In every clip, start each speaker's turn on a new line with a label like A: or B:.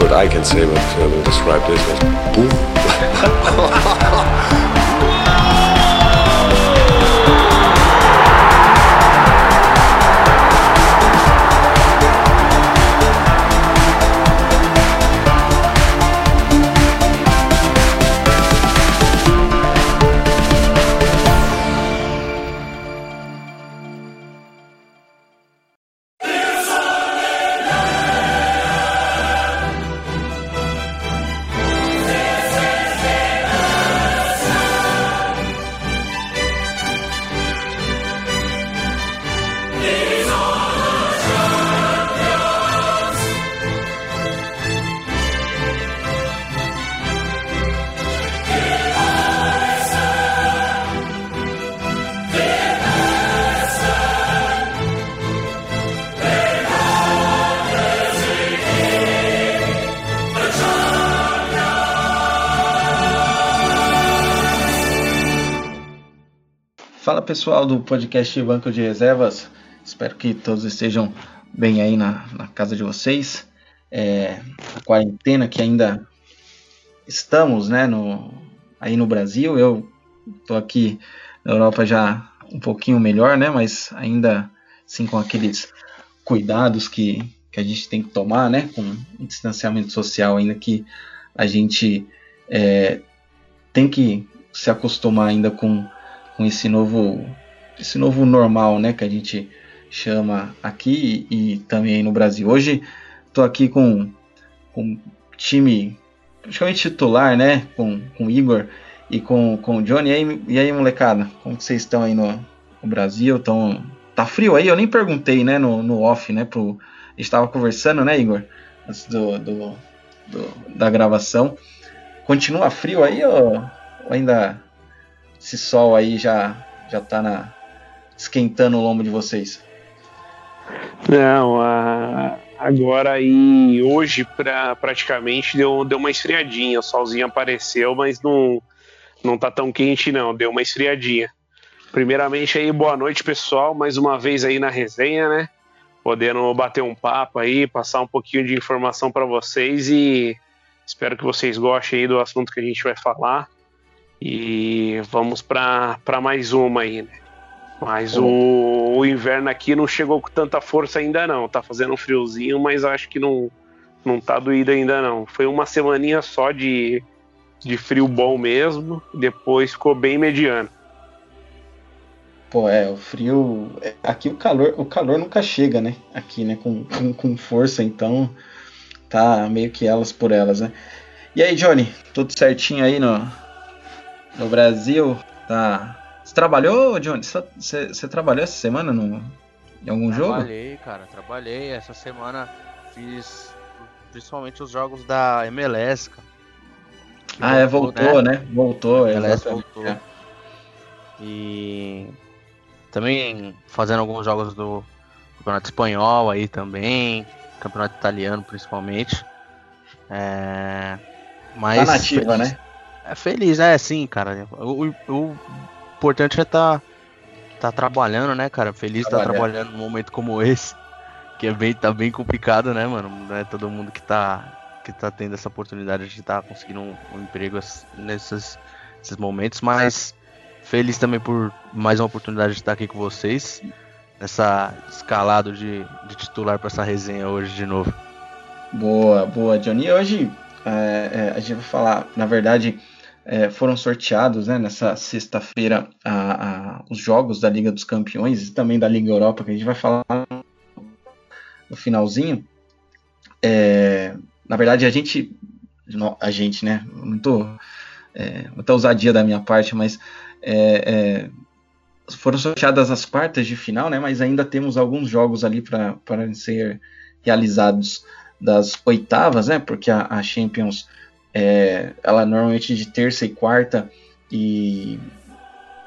A: what I can say, but uh, we'll describe this as poo.
B: Fala pessoal do podcast Banco de Reservas, espero que todos estejam bem aí na, na casa de vocês. É, a quarentena que ainda estamos, né, no, aí no Brasil, eu tô aqui na Europa já um pouquinho melhor, né, mas ainda assim com aqueles cuidados que, que a gente tem que tomar, né, com o distanciamento social, ainda que a gente é, tem que se acostumar ainda com com esse novo esse novo normal, né, que a gente chama aqui e, e também aí no Brasil. Hoje tô aqui com com um time praticamente titular, né, com, com o Igor e com, com o Johnny. E aí, e aí, molecada, como que vocês estão aí no, no Brasil? Tão, tá frio aí? Eu nem perguntei, né, no, no off, né, pro... A gente tava conversando, né, Igor, antes do, do, do- da gravação. Continua frio aí ou ou ainda esse sol aí já já tá na esquentando o lombo de vocês.
C: Não, a- agora aí, hoje pra, praticamente deu, deu uma esfriadinha. O solzinho apareceu, mas não, não tá tão quente, não. Deu uma esfriadinha. Primeiramente aí, boa noite, pessoal. Mais uma vez aí na resenha, né? Podendo bater um papo aí, passar um pouquinho de informação pra vocês e espero que vocês gostem aí do assunto que a gente vai falar. E vamos pra pra mais uma aí, né?
B: É.
C: Mas o, o inverno aqui não chegou com tanta força ainda não. Tá fazendo um friozinho, mas acho que não, não tá doído ainda não. Foi uma semaninha só de, de frio bom mesmo. Depois ficou bem mediano.
B: Pô, é, o frio. é, Aqui o calor, o calor nunca chega, né? Aqui, né? Com, com, com força, então tá meio que elas por elas, né? E aí, Johnny, tudo certinho aí no, no Brasil? Tá. Você trabalhou, Johnny? Você, você- você trabalhou essa semana no, em algum Um jogo?
D: Trabalhei, cara, trabalhei. Essa semana fiz principalmente os jogos da MLS, cara. Que
B: Ah, é, voltou, né? Voltou, é,
D: MLS
B: exatamente,
D: voltou.
B: é.
D: E também fazendo alguns jogos do Campeonato Espanhol aí também, Campeonato Italiano principalmente. É... Mas
B: Tá nativa,
D: feliz-
B: né?
D: É feliz, né? Sim, cara. O, o- o importante é tá, tá trabalhando, né, cara? Feliz de tá
B: Trabalhando.
D: trabalhando num momento como esse. Que é bem, tá bem complicado, né, mano? Não é todo mundo que tá, que tá tendo essa oportunidade de tá conseguindo um, um emprego ass- nesses, nesses momentos, mas feliz também por mais uma oportunidade de estar aqui com vocês. Nessa escalado de, de titular pra essa resenha hoje de novo.
B: Boa, boa, Johnny. E Hoje é, é, a gente vai falar, na verdade, é, foram sorteados, né, nessa sexta-feira, a- a- os jogos da Liga dos Campeões e também da Liga Europa, que a gente vai falar no finalzinho. É, na verdade, a gente, no- a gente, né, muito, é, muita ousadia da minha parte, mas é, é, foram sorteadas as quartas de final, né, mas ainda temos alguns jogos ali para para ser realizados das oitavas, né? Porque a, a Champions é, ela normalmente de terça e quarta e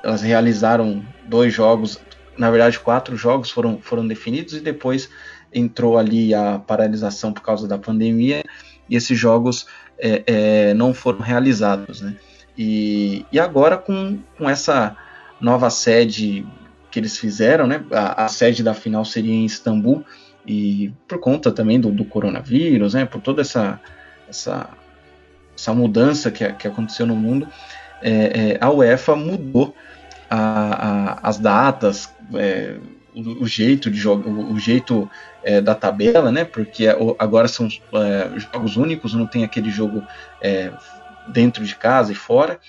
B: elas realizaram dois jogos, na verdade quatro jogos foram, foram definidos e depois entrou ali a paralisação por causa da pandemia e esses jogos é, é, não foram realizados, né? E, e agora com, com essa nova sede que eles fizeram, né? A, a sede da final seria em Istambul e por conta também do, do coronavírus, né, por toda essa, essa, essa mudança que, que aconteceu no mundo, é, é, a UEFA mudou a, a, as datas, é, o, o, jeito de jogo, o, o jeito da tabela, né? Porque agora são é, jogos únicos, não tem aquele jogo é, dentro de casa e fora,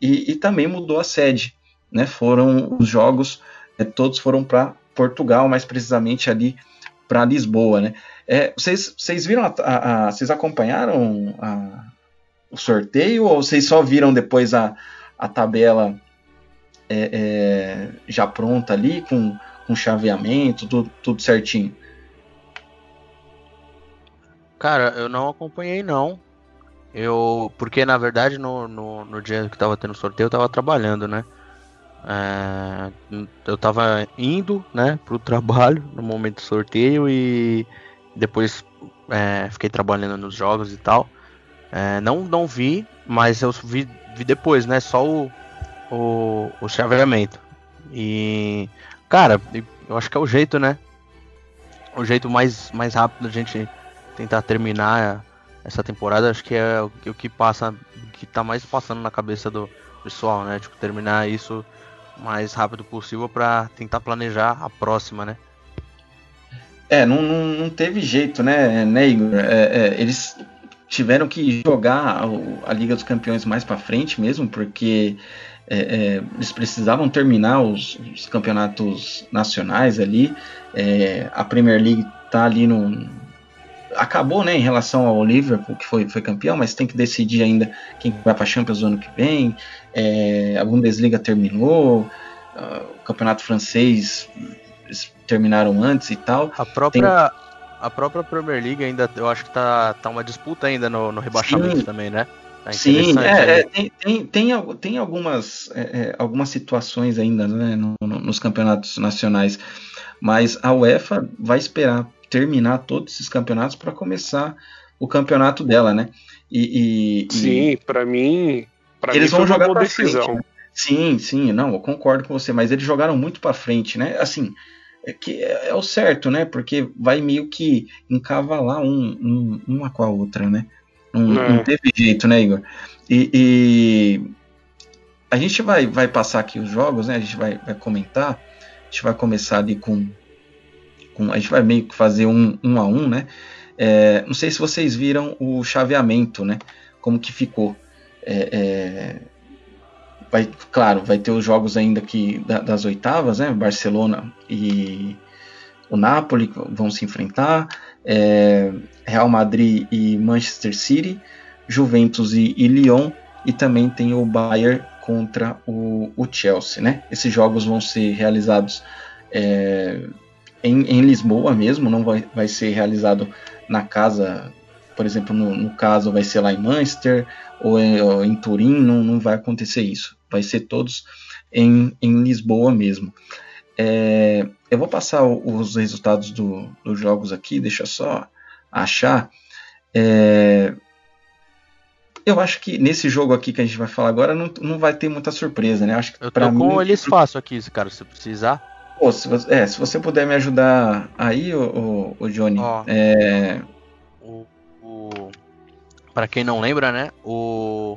B: e, e, também mudou a sede, né? Foram os jogos, é, todos foram para Portugal, mais precisamente ali para Lisboa, né? É, vocês, vocês viram, a, a, a, vocês acompanharam o sorteio ou vocês só viram depois a, a tabela é, é, já pronta ali, com, com chaveamento, tudo, tudo certinho?
D: Cara, eu não acompanhei não. Eu. Porque na verdade no, no, no dia que tava tendo sorteio eu tava trabalhando, né? É, eu tava indo, né, pro trabalho no momento do sorteio e depois é, fiquei trabalhando nos jogos e tal. É, não, não vi, mas eu vi, vi depois, né, só o, o, o chaveamento. E, cara, eu acho que é o jeito, né, o jeito mais, mais rápido a gente tentar terminar essa temporada, acho que é o, o que passa, o que tá mais passando na cabeça do pessoal, né, tipo, terminar isso mais rápido possível para tentar planejar a próxima, né?
B: É, não, não, não teve jeito, né, né Igor? É, é, eles tiveram que jogar a, a Liga dos Campeões mais para frente mesmo, porque é, eles precisavam terminar os, os campeonatos nacionais ali. É, a Premier League tá ali no acabou, né, em relação ao Liverpool que foi, foi campeão, mas tem que decidir ainda quem vai para Champions no ano que vem. É, a Bundesliga terminou, uh, o campeonato francês terminaram antes e tal.
D: A própria tem... a própria Premier League ainda, eu acho que tá, tá uma disputa ainda no, no rebaixamento Sim. também, né? Tá
B: Sim, é, é, tem, tem, tem, tem algumas, é, algumas situações ainda né, no, no, nos campeonatos nacionais, mas a UEFA vai esperar terminar todos esses campeonatos para começar o campeonato dela, né? E,
C: e sim, e... para mim, pra
B: eles
C: mim
B: vão jogar para decisão. Frente, né? Sim, sim, não, eu concordo com você, mas eles jogaram muito para frente, né? Assim, é que é, é, o certo, né? Porque vai meio que encavalar um, um uma com a outra, né? Um, é. Não, teve jeito, né, Igor? E, e, a gente vai, vai passar aqui os jogos, né? A gente vai, vai comentar. A gente vai começar ali com, a gente vai meio que fazer um, um a um, né? É, não sei se vocês viram o chaveamento, né? Como que ficou? É, é, vai, claro, vai ter os jogos ainda que da, das oitavas, né? Barcelona e o Napoli vão se enfrentar, é, Real Madrid e Manchester City, Juventus e, e, Lyon e também tem o Bayern contra o, o Chelsea, né? Esses jogos vão ser realizados É, em, em, Lisboa mesmo, não vai, vai ser realizado na casa, por exemplo, no, no caso vai ser lá em Manchester ou em, ou em Turim, não, não, vai acontecer isso, vai ser todos em, em Lisboa mesmo. É, eu vou passar os resultados do, dos jogos aqui, deixa só achar. É, eu acho que nesse jogo aqui que a gente vai falar agora não, não vai ter muita surpresa, né? Acho que
D: eu tô mim, com
B: é
D: eles fácil aqui, cara, se precisar.
B: Pô, se você, é, se você puder me ajudar aí, o, o, Johnny. Ó, é...
D: o, o... Para quem não lembra, né? O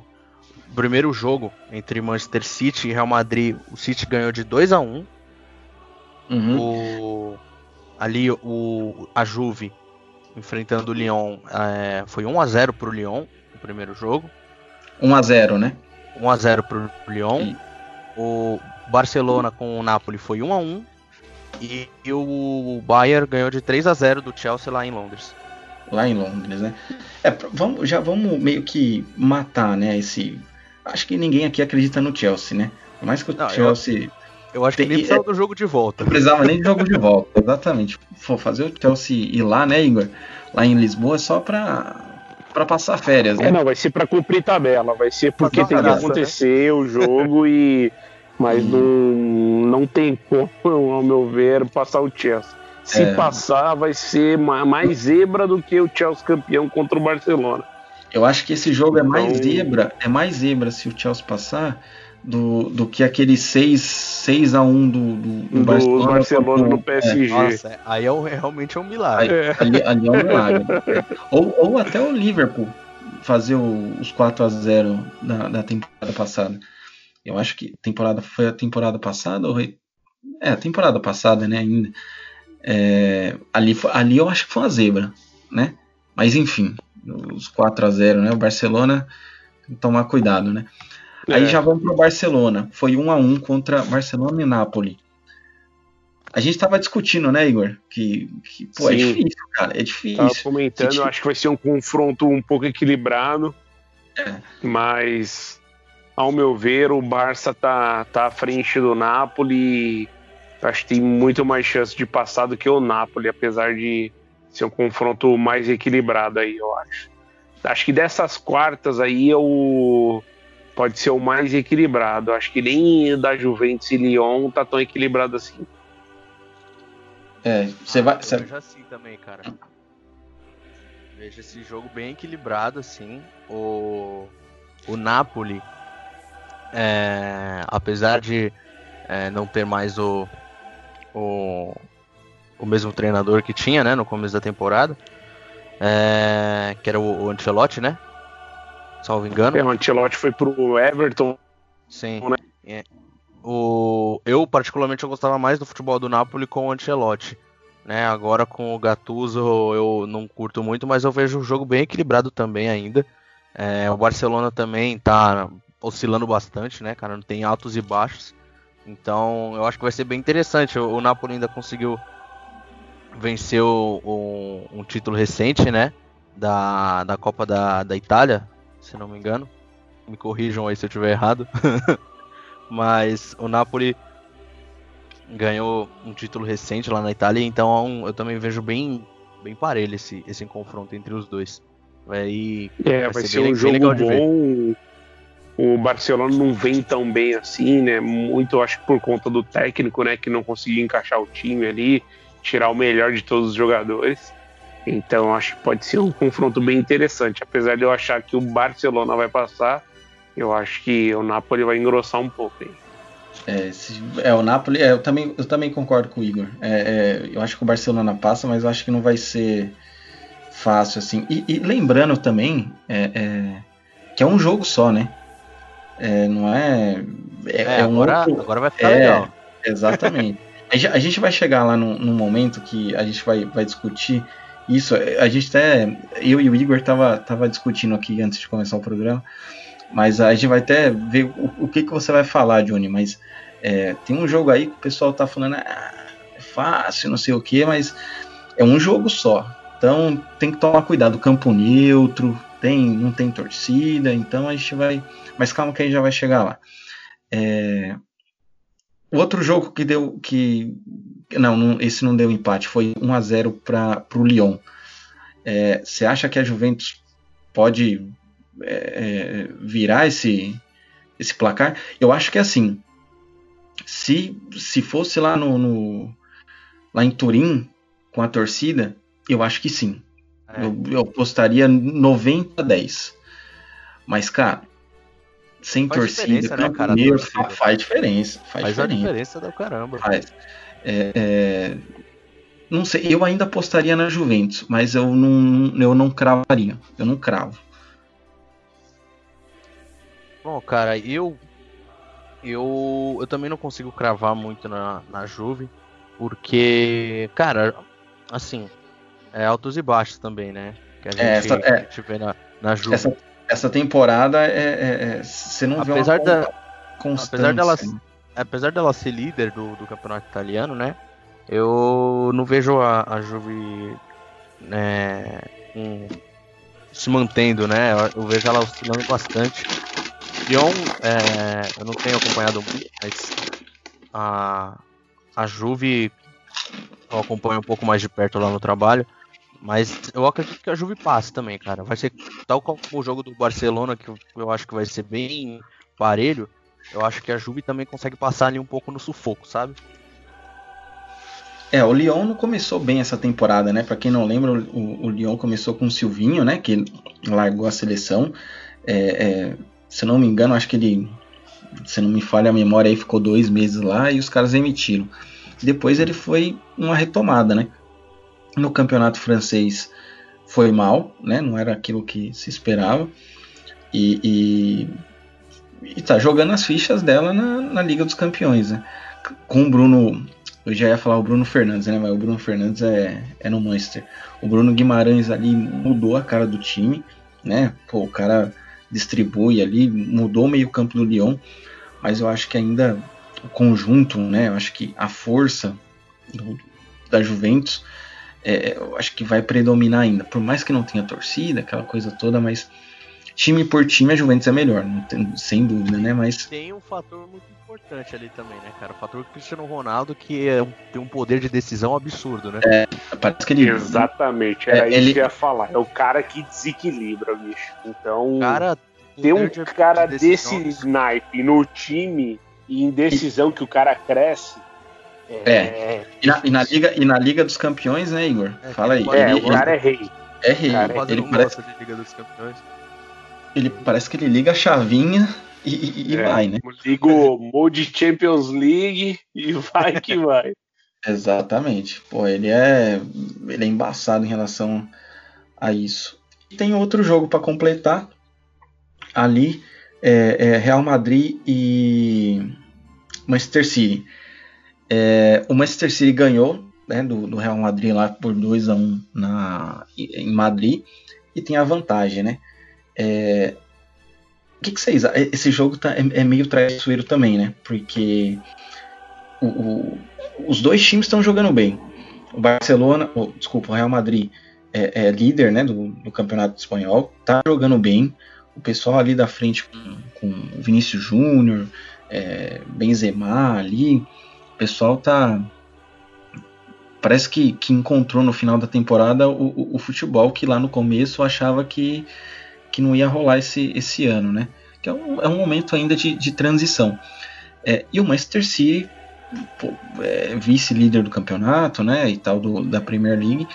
D: primeiro jogo entre Manchester City e Real Madrid, o City ganhou de 2 a 1 um.
B: Hum.
D: uhum. o... Ali o, a Juve enfrentando o Lyon é, foi 1 a 0 pro Lyon, o primeiro jogo.
B: 1 a 0 né?
D: 1 a 0 pro Lyon. E... O Barcelona com o Napoli foi 1 a 1 e, e o Bayern ganhou de 3 a 0 do Chelsea lá em Londres.
B: Lá em Londres, né? É, vamos, já vamos meio que matar, né, esse Acho que ninguém aqui acredita no Chelsea, né? Por mais que o Não, Chelsea
D: eu, eu acho tem, que nem precisava é, do jogo de volta.
B: Não precisava nem do jogo de volta, exatamente. For fazer o Chelsea ir lá, né, Igor? Lá em Lisboa é só pra para passar férias, né? É,
C: não, vai ser para cumprir tabela, vai ser porque tem graça, que acontecer né? o jogo e mas hum. não, não tem como, ao meu ver, passar o Chelsea. Se é. passar, vai ser mais zebra do que o Chelsea campeão contra o Barcelona.
B: Eu acho que esse jogo é mais então... zebra, é mais zebra se o Chelsea passar do, do que aquele 6, 6 a 1 do, do, do, do
C: Barcelona, Barcelona no PSG. É, um nossa,
D: aí é, realmente é um milagre.
B: né? Aí, ali, ali é um milagre. ou, ou até o Liverpool fazer o- os 4 a 0 da, da temporada passada. Eu acho que temporada foi a temporada passada ou re- é a temporada passada, né? Ainda É, ali fo- ali eu acho que foi uma zebra, né? Mas enfim, os 4 a 0, né? O Barcelona tem que tomar cuidado, né? Aí
C: É.
B: já vamos para o Barcelona. Foi 1 a 1 contra Barcelona e Nápoles. A gente tava discutindo, né, Igor? Que, que, pô, é
C: Sim.
B: difícil, cara. É difícil.
C: Tava comentando, eu acho que vai ser um confronto um pouco equilibrado. Mas, ao meu ver, o Barça tá, tá à frente do Napoli. Acho que tem muito mais chance de passar do que o Napoli, apesar de ser um confronto mais equilibrado aí, eu acho. Acho que dessas quartas aí é o. Pode ser o mais equilibrado. Acho que nem da Juventus e Lyon tá tão equilibrado assim.
B: É, você
D: Ah,
B: vai.
D: eu
B: você-
D: vejo assim também, cara. Vejo esse jogo bem equilibrado, assim. O, o Napoli, é, apesar de é, não ter mais o, o, o mesmo treinador que tinha, né, no começo da temporada, é, que era o, o Ancelotti, né? Salvo engano.
C: É, o Ancelotti foi pro Everton.
D: Sim.
C: né?
D: É. O... Eu, particularmente, eu gostava mais do futebol do Napoli com o Ancelotti. Né? Agora com o Gattuso eu não curto muito, mas eu vejo o jogo bem equilibrado também ainda. É, o Barcelona também tá oscilando bastante, né, cara? Tem altos e baixos. Então, eu acho que vai ser bem interessante. O, o Napoli ainda conseguiu vencer o- o- um título recente, né? Da, da Copa da, da Itália, se não me engano. Me corrijam aí se eu estiver errado. Mas o Napoli ganhou um título recente lá na Itália, então é um- eu também vejo bem, bem parelho esse, esse confronto entre os dois. Vai,
C: É,
D: Vai
C: vai
D: ser
C: ser
D: bem-
C: um
D: bem
C: jogo
D: legal de ver.
C: bom. O Barcelona não vem tão bem assim, né? Muito, acho que por conta do técnico, né? Que não conseguiu encaixar o time ali, tirar o melhor de todos os jogadores. Então, acho que pode ser um confronto bem interessante. Apesar de eu achar que o Barcelona vai passar, eu acho que o Napoli vai engrossar um pouco. hein?
B: É, esse- é, o Napoli. é, eu, também, eu também concordo com o Igor. É, é, eu acho que o Barcelona passa, mas eu acho que não vai ser fácil assim. E, e lembrando também é, é, que é um jogo só, né? É, não é. É,
D: é,
B: é um
D: agora,
B: outro-
D: agora vai ficar
B: é,
D: legal.
B: Exatamente. A gen- a gente vai chegar lá num, num momento que a gente vai, vai discutir isso. A gente até. Eu e o Igor tava, tava discutindo aqui antes de começar o programa. Mas a gente vai até ver o, o que, que você vai falar, Johnny. Mas é, tem um jogo aí que o pessoal tá falando. Ah, é fácil, não sei o que, mas é um jogo só. Então tem que tomar cuidado, campo neutro, tem, não tem torcida, então a gente vai. Mas calma que a gente já vai chegar lá. É, o Outro jogo que deu. que Não, não- esse não deu empate, foi 1 a 0 para o Lyon. É, Você acha que a Juventus pode é, é, virar esse, esse placar? Eu acho que é assim. Se, se fosse lá no- no lá em Turim com a torcida, eu acho que sim.
D: É.
B: Eu, eu apostaria 90 a 10. Mas, cara, sem
D: Faz
B: torcida,
D: diferença, né,
B: campo
D: cara, a
B: neutro,
D: torcida.
B: fa- faz diferença. Faz,
D: Faz a
B: diferença.
D: diferença do caramba.
B: Faz. É, é, não sei, eu ainda apostaria na Juventus, mas eu não, eu não cravaria. Eu não cravo.
D: Bom, cara, eu eu eu também não consigo cravar muito na, na Juve, porque, cara, assim, é altos e baixos também, né? Que a gente,
B: É, essa- é.
D: a gente vê na, na Juve.
B: Essa, essa temporada, é, é- é, você não
D: Apesar
B: vê
D: da-
B: uma constância.
D: apesar dela- apesar dela ser líder do, do campeonato italiano, né? Eu não vejo a, a Juve né, com- se mantendo, né? Eu, eu vejo ela oscilando bastante. Lyon, é, eu não tenho acompanhado muito, mas a, a Juve eu acompanho um pouco mais de perto lá no trabalho. Mas eu acredito que a Juve passe também, cara. Vai ser tal qual o jogo do Barcelona, que eu- eu acho que vai ser bem parelho. Eu acho que a Juve também consegue passar ali um pouco no sufoco, sabe?
B: É, o Lyon não começou bem essa temporada, né? Pra quem não lembra, o, o Lyon começou com o Silvinho, né? Que largou a seleção. É, é, se eu não me engano, acho que ele, se não me falha a memória, aí ficou dois meses lá e os caras emitiram. Depois ele foi uma retomada, né? No campeonato francês foi mal, né? Não era aquilo que se esperava. E, e, e tá jogando as fichas dela na, na Liga dos Campeões, né? Com o Bruno. Eu já ia falar o Bruno Fernandes, né? Mas o Bruno Fernandes é, é no Manchester. O Bruno Guimarães ali mudou a cara do time, né? Pô, o cara distribui ali, mudou o meio-campo do Lyon, mas eu acho que ainda o conjunto, né? Eu acho que a força do, da Juventus, é, eu acho que vai predominar ainda. Por mais que não tenha torcida, aquela coisa toda, mas time por time a Juventus é melhor, tem, sem dúvida, né? Mas
D: tem um fator muito importante ali também, né, cara? O fator Cristiano Ronaldo que é, tem um poder de decisão absurdo, né?
B: É, parece que ele
C: Exatamente, era Uhum. é, isso ele... que eu ia falar. É o cara que desequilibra, bicho. Então,
D: cara,
C: ter um cara de decisão, desse snipe no time e em decisão que o cara cresce.
B: É. é. E, na, e, na, liga, e na Liga dos Campeões, né, Igor?
C: É,
B: Fala aí.
C: É, ele, o cara ele, é rei.
B: É rei. Cara,
D: ele, parece,
B: ele parece que ele liga a chavinha e, e, e é, vai, né?
C: Liga o mode Champions League e vai que vai.
B: Exatamente. Pô, ele é, ele é embaçado em relação a isso. E tem outro jogo para completar ali, é, é, Real Madrid e Manchester City. É, o Manchester City ganhou né, do, do, Real Madrid lá por 2 a 1 um na, em Madrid e tem a vantagem, né? É, o que, que, vocês Esse jogo tá, é, meio traiçoeiro também, né? Porque o, o, os dois times estão jogando bem. O Barcelona, oh, desculpa, o Real Madrid é, líder né, do, do campeonato espanhol, tá jogando bem o pessoal ali da frente com, com Vinícius Júnior, é, Benzema ali, o pessoal tá parece que, que encontrou no final da temporada o, o, o, futebol que lá no começo achava que, que não ia rolar esse, esse ano, né? Que é um, é um momento ainda de, de transição. É, e o Manchester City, é, vice-líder do campeonato, né, e tal do, da Premier League,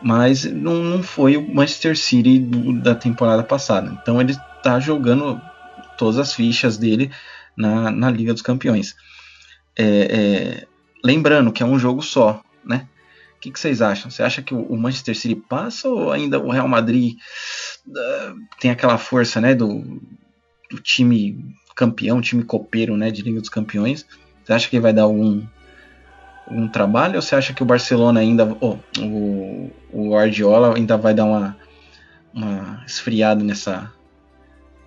B: mas não, não, foi o Manchester City do, da temporada passada. Então ele está jogando todas as fichas dele na, na Liga dos Campeões. É, é, lembrando que é um jogo só, né? O que, que vocês acham? Você acha que o, o Manchester City passa ou ainda o Real Madrid uh, tem aquela força, né, do, do, time campeão, time copeiro, né, de Liga dos Campeões? Você acha que vai dar algum um trabalho ou você acha que o Barcelona ainda. Oh, o, o Guardiola ainda vai dar uma, uma esfriada nessa,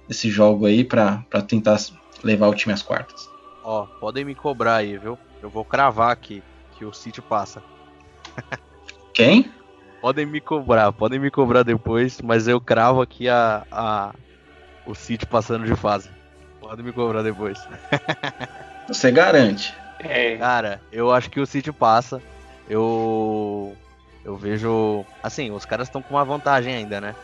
B: nesse jogo aí para tentar levar o time às quartas?
D: Ó, oh, podem me cobrar aí, viu? Eu vou cravar aqui que o City passa.
B: Quem?
D: Podem me cobrar, podem me cobrar depois, mas eu cravo aqui a, a o City passando de fase. Podem me cobrar depois.
B: você garante?
D: É. Cara, eu acho que o City passa. Eu. Eu vejo. Assim, os caras estão com uma vantagem ainda, né?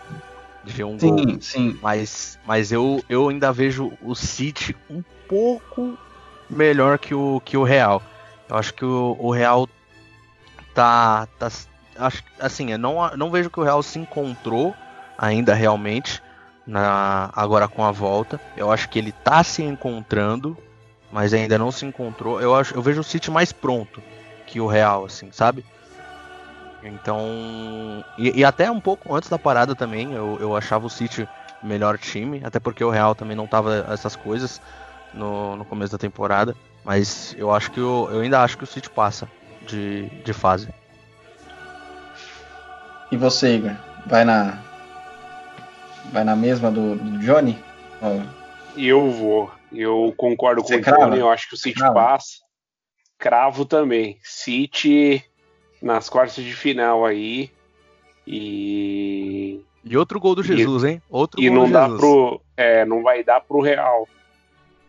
D: De um
B: sim,
D: gol.
B: Sim.
D: Mas, mas eu, eu ainda vejo o City um pouco melhor que o, que o Real. Eu acho que o, o Real tá. tá acho, assim, eu não, não vejo que o Real se encontrou ainda realmente. Na, agora com a volta, eu acho que ele tá se encontrando, mas ainda não se encontrou. Eu acho, eu vejo o City mais pronto que o Real, assim, sabe? Então, e, e, até um pouco antes da parada também, eu, eu achava o City melhor time, até porque o Real também não tava essas coisas no, no começo da temporada, mas eu acho que eu, eu ainda acho que o City passa de, de fase.
B: E você, Igor? Vai na vai na mesma do, do Johnny?
C: E eu vou. Eu concordo com Você o Tony, eu acho que o City crava. passa. Cravo também. City nas quartas de final aí. E.
D: E outro gol do Jesus,
C: e,
D: hein? Outro
C: e
D: gol
C: não
D: do
C: dá
D: Jesus.
C: Pro, é, não vai dar pro Real.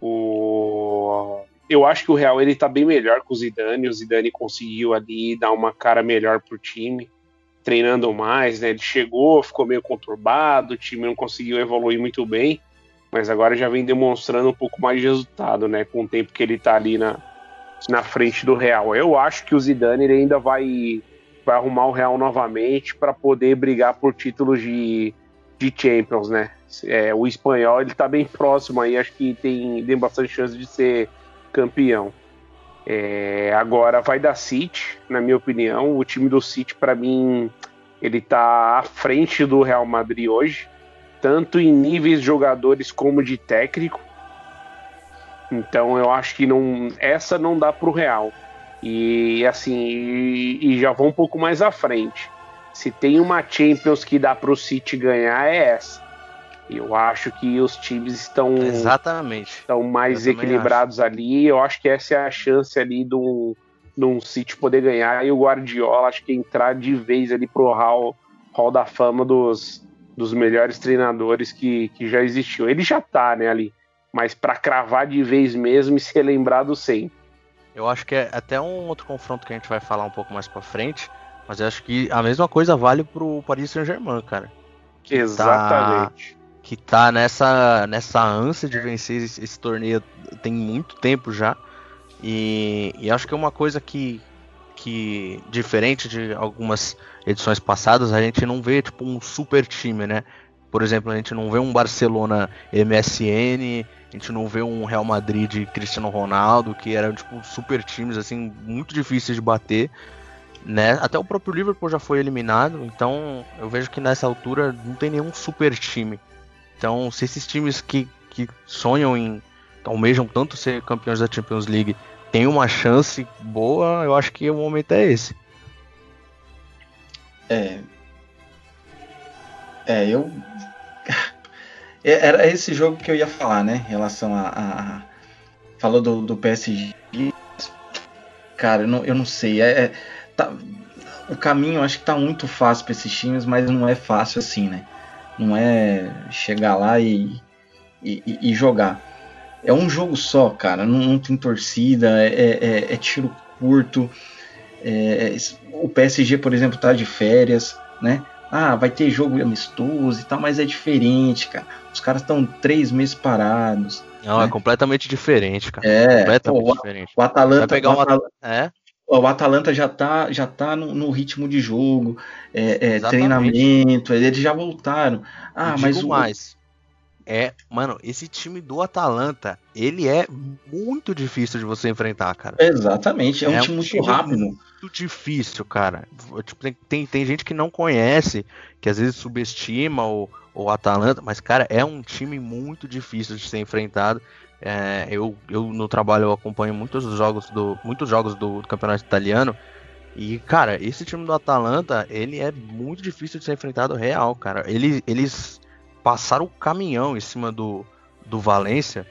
C: O... Eu acho que o Real ele tá bem melhor com o Zidane. O Zidane conseguiu ali dar uma cara melhor pro time. Treinando mais, né? Ele chegou, ficou meio conturbado, o time não conseguiu evoluir muito bem mas agora já vem demonstrando um pouco mais de resultado, né? Com o tempo que ele tá ali na, na frente do Real. Eu acho que o Zidane ainda vai, vai arrumar o Real novamente para poder brigar por títulos de, de Champions, né? É, o espanhol ele tá bem próximo aí, acho que tem, tem bastante chance de ser campeão. É, agora vai dar City, na minha opinião. O time do City, para mim, Ele tá à frente do Real Madrid hoje, tanto em níveis de jogadores como de técnico. Então eu acho que não, essa não dá pro Real. E assim, e, e já vou um pouco mais à frente. Se tem uma Champions que dá pro City ganhar, é essa. Eu acho que os times estão
D: Exatamente.
C: estão mais
D: Eu também
C: equilibrados ali. Eu acho que essa é a chance ali do num um City poder ganhar e o Guardiola acho que entrar de vez ali pro hall, hall da fama dos, dos melhores treinadores que, que já existiu. Ele já tá, né, ali. Mas pra cravar de vez mesmo e ser lembrado sempre.
D: Eu acho que é até um outro confronto que a gente vai falar um pouco mais pra frente, mas eu acho que a mesma coisa vale pro Paris Saint-Germain, cara.
C: Exatamente.
D: Que tá nessa, nessa ânsia de vencer esse, esse torneio tem muito tempo já. E, e acho que é uma coisa que, que, diferente de algumas edições passadas, a gente não vê tipo um super time, né? Por exemplo, a gente não vê um Barcelona MSN, a gente não vê um Real Madrid Cristiano Ronaldo, que eram tipo super times assim, muito difíceis de bater, né? Até o próprio Liverpool já foi eliminado, então eu vejo que nessa altura não tem nenhum super time. Então, se esses times que, que sonham em almejam tanto ser campeões da Champions League, tem uma chance boa, eu acho que o momento é esse.
B: É. É, eu. É, Era esse jogo que eu ia falar, né? Em relação a. a- a- Falou do, do PSG. Cara, eu não, eu não sei. É, é- tá- O caminho acho que tá muito fácil pra esses times, mas não é fácil assim, né? Não é chegar lá e, e, e- e jogar. É um jogo só, cara. Não, não tem torcida, é- é- é- é tiro curto. É, es- o PSG, por exemplo, tá de férias, né? Ah, vai ter jogo amistoso e tal, mas é diferente, cara. Os caras estão três meses parados.
D: Não, é,
B: É.
D: completamente diferente, cara.
B: É, pô,
D: completamente
B: o,
D: diferente.
B: o Atalanta,
D: Vai pegar
B: o
D: uma-
B: Atal-
D: É,
B: o Atalanta já tá, já tá no, no ritmo de jogo, é, é,
D: Exatamente.
B: treinamento, eles já voltaram. Ah,
D: e
B: mas
D: digo
B: o,
D: mais. É, mano, esse time do Atalanta, ele é muito difícil de você enfrentar, cara.
B: Exatamente, é um
D: É um
B: time muito
D: time-
B: rápido.
D: muito difícil, cara. Tipo, tem, tem, tem gente que não conhece, que às vezes subestima o, o Atalanta, mas, cara, é um time muito difícil de ser enfrentado. É, eu, eu no trabalho eu acompanho muitos jogos do, muitos jogos do campeonato italiano. E, cara, esse time do Atalanta, ele é muito difícil de ser enfrentado real, cara. Eles, eles passaram o caminhão em cima do, do Valência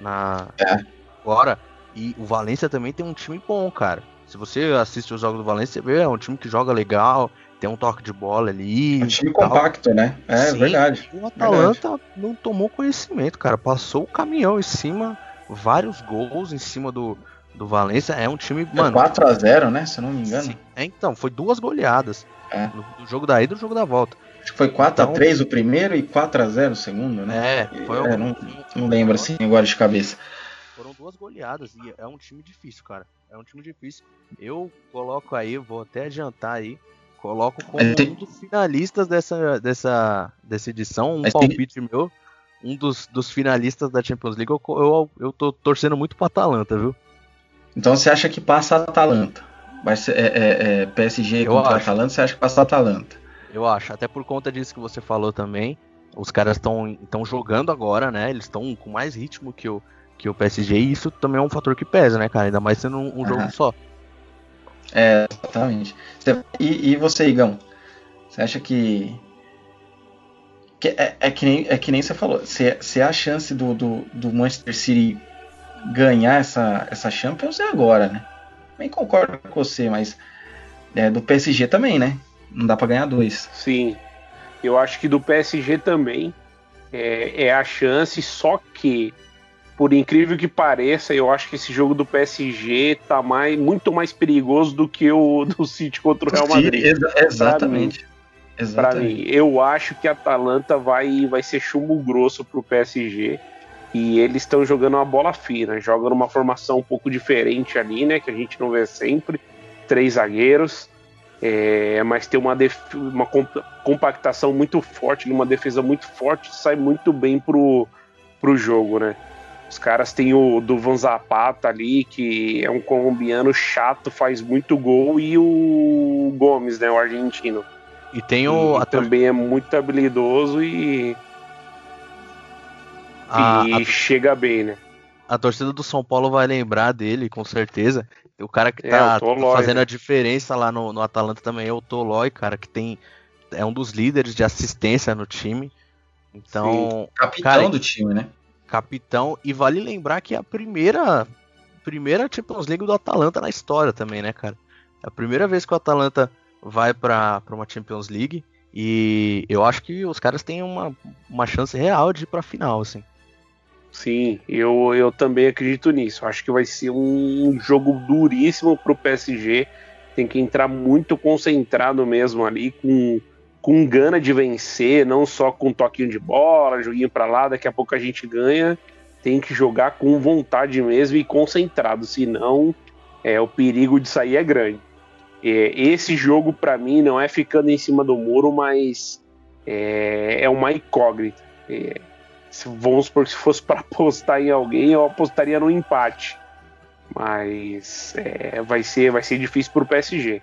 D: na
B: É.
D: agora. E o Valência também tem um time bom, cara. Se você assiste os jogos do Valência, você vê, é um time que joga legal, tem um toque de bola ali.
B: É um time
D: e tal.
B: compacto, né? É
D: Sim,
B: verdade.
D: O Atalanta não tomou conhecimento, cara. Passou o caminhão em cima, vários gols em cima do, do Valência. É um time, mano.
B: 4x0, né? Se eu não me engano.
D: Sim. É, então, foi duas goleadas.
B: É.
D: No, no jogo da ida e no jogo da volta.
B: Acho que foi
D: Então-
B: 4x3 o primeiro e 4x0 o segundo, né?
D: É, foi
B: É, não- Não lembro assim agora de cabeça.
D: Foram duas goleadas e é um time difícil, cara. É um time difícil. Eu coloco aí, vou até adiantar aí, coloco como
B: Mas tem-
D: um dos finalistas dessa, dessa, dessa edição, um
B: Mas tem-
D: palpite meu, um dos, dos finalistas da Champions League. Eu, co- eu, eu tô torcendo muito pra Atalanta, viu?
B: Então você acha que passa a Atalanta? Vai ser- é, é, é, PSG
D: Eu
B: contra a
D: acho.
B: Atalanta, você acha que passa a Atalanta?
D: Eu acho, até por conta disso que você falou também. Os caras estão tão jogando agora, né? Eles estão com mais ritmo que o, que o PSG e isso também é um fator que pesa, né, cara? Ainda mais sendo um, um jogo
B: Aham.
D: só.
B: Exatamente. Você- e, e você, Igão? Você acha que. que é, é que nem, é que nem você falou. Se, se a chance do, do, do Manchester City ganhar essa, essa Champions é agora, né? Também concordo com você, mas é, do PSG também, né? Não dá pra ganhar dois.
C: Sim. Eu acho que do PSG também é, é a chance, só que, por incrível que pareça, eu acho que esse jogo do PSG tá mais, muito mais perigoso do que o do City contra É o Real Madrid.
B: Exa- exatamente.
C: Pra
B: Exatamente.
C: mim, eu acho que a Atalanta vai, vai ser chumbo grosso pro PSG. E eles estão jogando uma bola fina, jogam numa formação um pouco diferente ali, né? Que a gente não vê sempre. Três zagueiros, é, mas tem uma, def- uma comp- compactação muito forte, uma defesa muito forte, sai muito bem pro, pro jogo, né? Os caras têm o Duvan Zapata ali, que é um colombiano chato, faz muito gol, e o Gomes, né? O argentino
D: E tem o.
C: E
D: a
B: então,
D: teo-
C: também é muito habilidoso e,
D: a-
C: e
D: a
C: chega bem, né?
D: A torcida do São Paulo vai lembrar dele, com certeza. O cara que
C: É,
D: tá
C: o Tolói,
D: fazendo
C: né?
D: a diferença lá no, no Atalanta também é o Tolói, cara, que tem é um dos líderes de assistência no time. Então,
B: Capitão
D: Cara,
B: do time, né?
D: capitão. E vale lembrar que é a primeira, primeira Champions League do Atalanta na história também, né, cara? É a primeira vez que o Atalanta vai pra pra uma Champions League. E eu acho que os caras têm uma, uma chance real de ir pra final, assim.
C: Sim, eu, eu também acredito nisso. Acho que vai ser um jogo duríssimo pro PSG. Tem que entrar muito concentrado mesmo ali, com, com gana de vencer, não só com toquinho de bola, joguinho pra lá, daqui a pouco a gente ganha. Tem que jogar com vontade mesmo e concentrado, senão é, o perigo de sair é grande. É, esse jogo, pra mim, não é ficando em cima do muro, mas é, é uma incógnita. É, se, vamos supor que se fosse para apostar em alguém, eu apostaria no empate. Mas é, vai, ser, vai ser difícil pro PSG.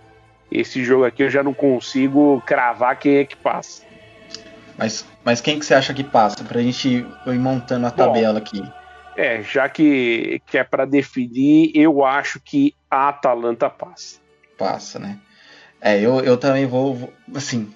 C: Esse jogo aqui eu já não consigo cravar quem é que passa.
B: Mas, mas quem que você acha que passa? Pra gente ir montando a tabela aqui.
C: É, já que, que é para definir, eu acho que a Atalanta passa.
B: Passa, né? É, eu, eu também vou, vou- Assim,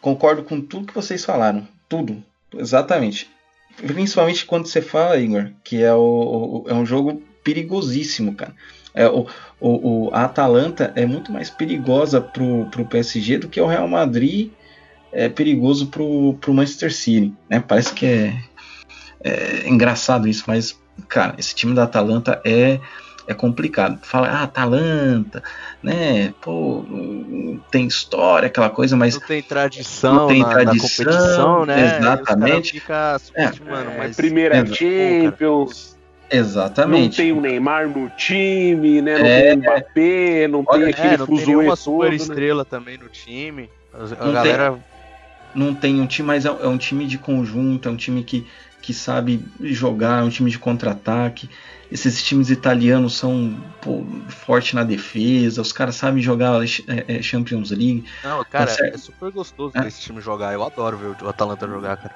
B: concordo com tudo que vocês falaram. Tudo. Exatamente. Principalmente quando você fala, Igor, que é, o, o- é um jogo perigosíssimo, cara. É, o, o, o- a Atalanta é muito mais perigosa pro, pro PSG do que o Real Madrid é perigoso pro, pro Manchester City, né? Parece que é, é engraçado isso, mas, cara, esse time da Atalanta é, é complicado. Fala, ah, Atalanta, né? Pô, não tem história, aquela coisa, mas
D: Não tem tradição,
B: Não tem
D: na, na
B: tradição,
D: competição, né? E os caras
B: exatamente.
D: fica subestimando,
C: É,
D: mas
C: primeira
B: Exato.
C: Champions, não
B: exatamente.
C: tem um- o Neymar no time, né? Não
B: É.
C: tem o Mbappé, não
B: Olha,
C: tem
D: é,
C: aquele
D: não tem
C: fuzuê
D: nenhuma super
C: todo, né?
D: estrela também no time. As- A
B: tem.
D: galera
B: Não tem um time, mas é, é um time de conjunto, é um time que, que sabe jogar, é um time de contra-ataque. Esses times italianos são pô, forte na defesa, os caras sabem jogar é, é, Champions League.
D: Não, cara,
B: tá certo.
D: é super gostoso
B: É.
D: ver esse time jogar. Eu adoro ver o Atalanta jogar, cara.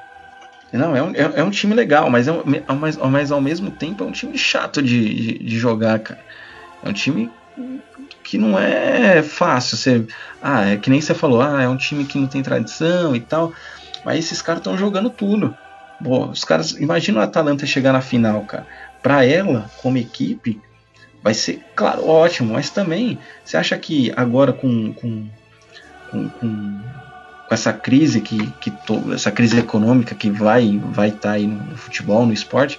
B: Não, é um, é, é um time legal, mas, é um, é- mas, mas ao mesmo tempo é um time chato de, de, de jogar, cara. É um time que não é fácil. Você, ah, é que nem você falou, ah, é um time que não tem tradição e tal. Mas esses caras estão jogando tudo. Pô, os caras, imagina o Atalanta chegar na final, cara. Pra ela, como equipe, vai ser, claro, ótimo, mas também, você acha que agora com, com, com, com- com essa crise que, que to- essa crise econômica que vai vai estar aí no, no futebol, no esporte,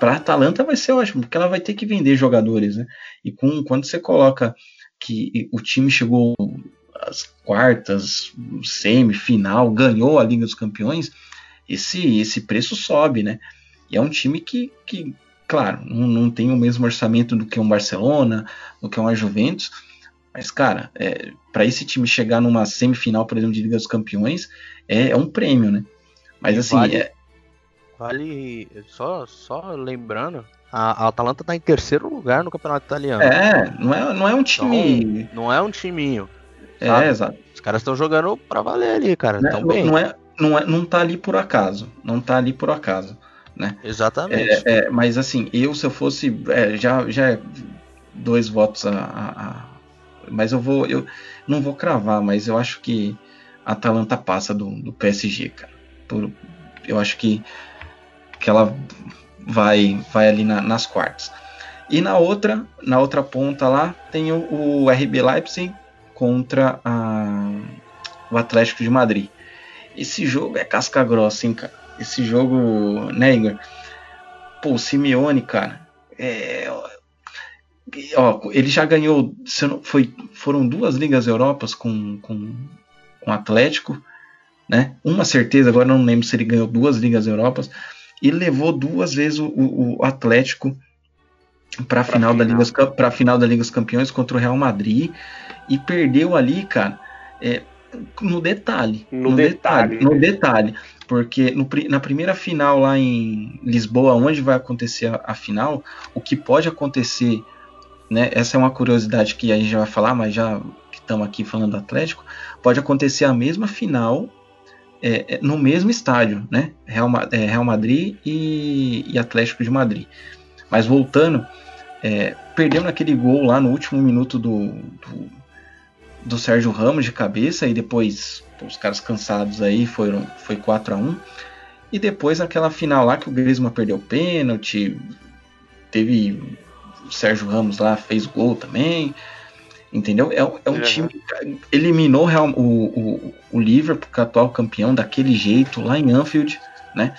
B: para Atalanta vai ser ótimo, porque ela vai ter que vender jogadores, né? E com quando você coloca que o time chegou às quartas, semifinal, ganhou a Liga dos Campeões, esse esse preço sobe, né? E é um time que, que claro, não, não tem o mesmo orçamento do que um Barcelona, do que uma Juventus, mas cara, é, para esse time chegar numa semifinal, por exemplo, de Liga dos Campeões, é, é um prêmio, né? Mas
D: E
B: assim,
D: vale-
B: é-
D: Vale. Só, só lembrando, a, a Atalanta tá em terceiro lugar no campeonato italiano.
B: é, não é, não é um time.
D: Não é um timinho. sabe?
B: é, exato.
D: Os caras estão jogando pra valer ali, cara.
B: Né?
D: Tão
B: Não,
D: bem.
B: não é, não é, não tá ali por acaso, não tá ali por acaso.
D: Exatamente.
B: É, mas assim, eu se eu fosse, é, já, já é dois votos a, a- a- mas eu vou, eu não vou cravar, mas eu acho que a Atalanta passa do, do PSG, cara. Por- eu acho que que ela vai, vai ali na- nas quartas. E na outra, na outra ponta lá, tem o, o RB Leipzig contra a- o Atlético de Madrid. Esse jogo é casca grossa, hein, cara. Esse jogo, né, Igor? Pô, o Simeone, cara. é, ó, ó, ele já ganhou. se eu não- foi, foram duas Ligas Europas com, com, com o Atlético, né? Uma certeza, agora não lembro se ele ganhou duas Ligas Europas. E levou duas vezes o, o- o Atlético para a
C: Pra
B: final, da
C: final.
B: Liga dos Cam- pra final da Liga dos Campeões contra o Real Madrid. E perdeu ali, cara, é, no detalhe.
C: No detalhe,
B: No
C: né?
B: detalhe. Porque no pri- na primeira final lá em Lisboa, onde vai acontecer a, a final, o que pode acontecer, né? Essa é uma curiosidade que a gente já vai falar, mas já que estamos aqui falando do Atlético, pode acontecer a mesma final é, no mesmo estádio, né? Real, é, Real Madrid e, e, Atlético de Madrid. Mas voltando, é, perdemos aquele gol lá no último minuto do, do, do Sérgio Ramos de cabeça e depois os caras cansados aí foram foi 4 a 1 e depois aquela final lá que o Griezmann perdeu pênalti, teve o Sérgio Ramos lá fez gol também. Entendeu? É, é um é. time que eliminou Real, o, o, o Liverpool, que é atual campeão, daquele jeito, lá em Anfield, né?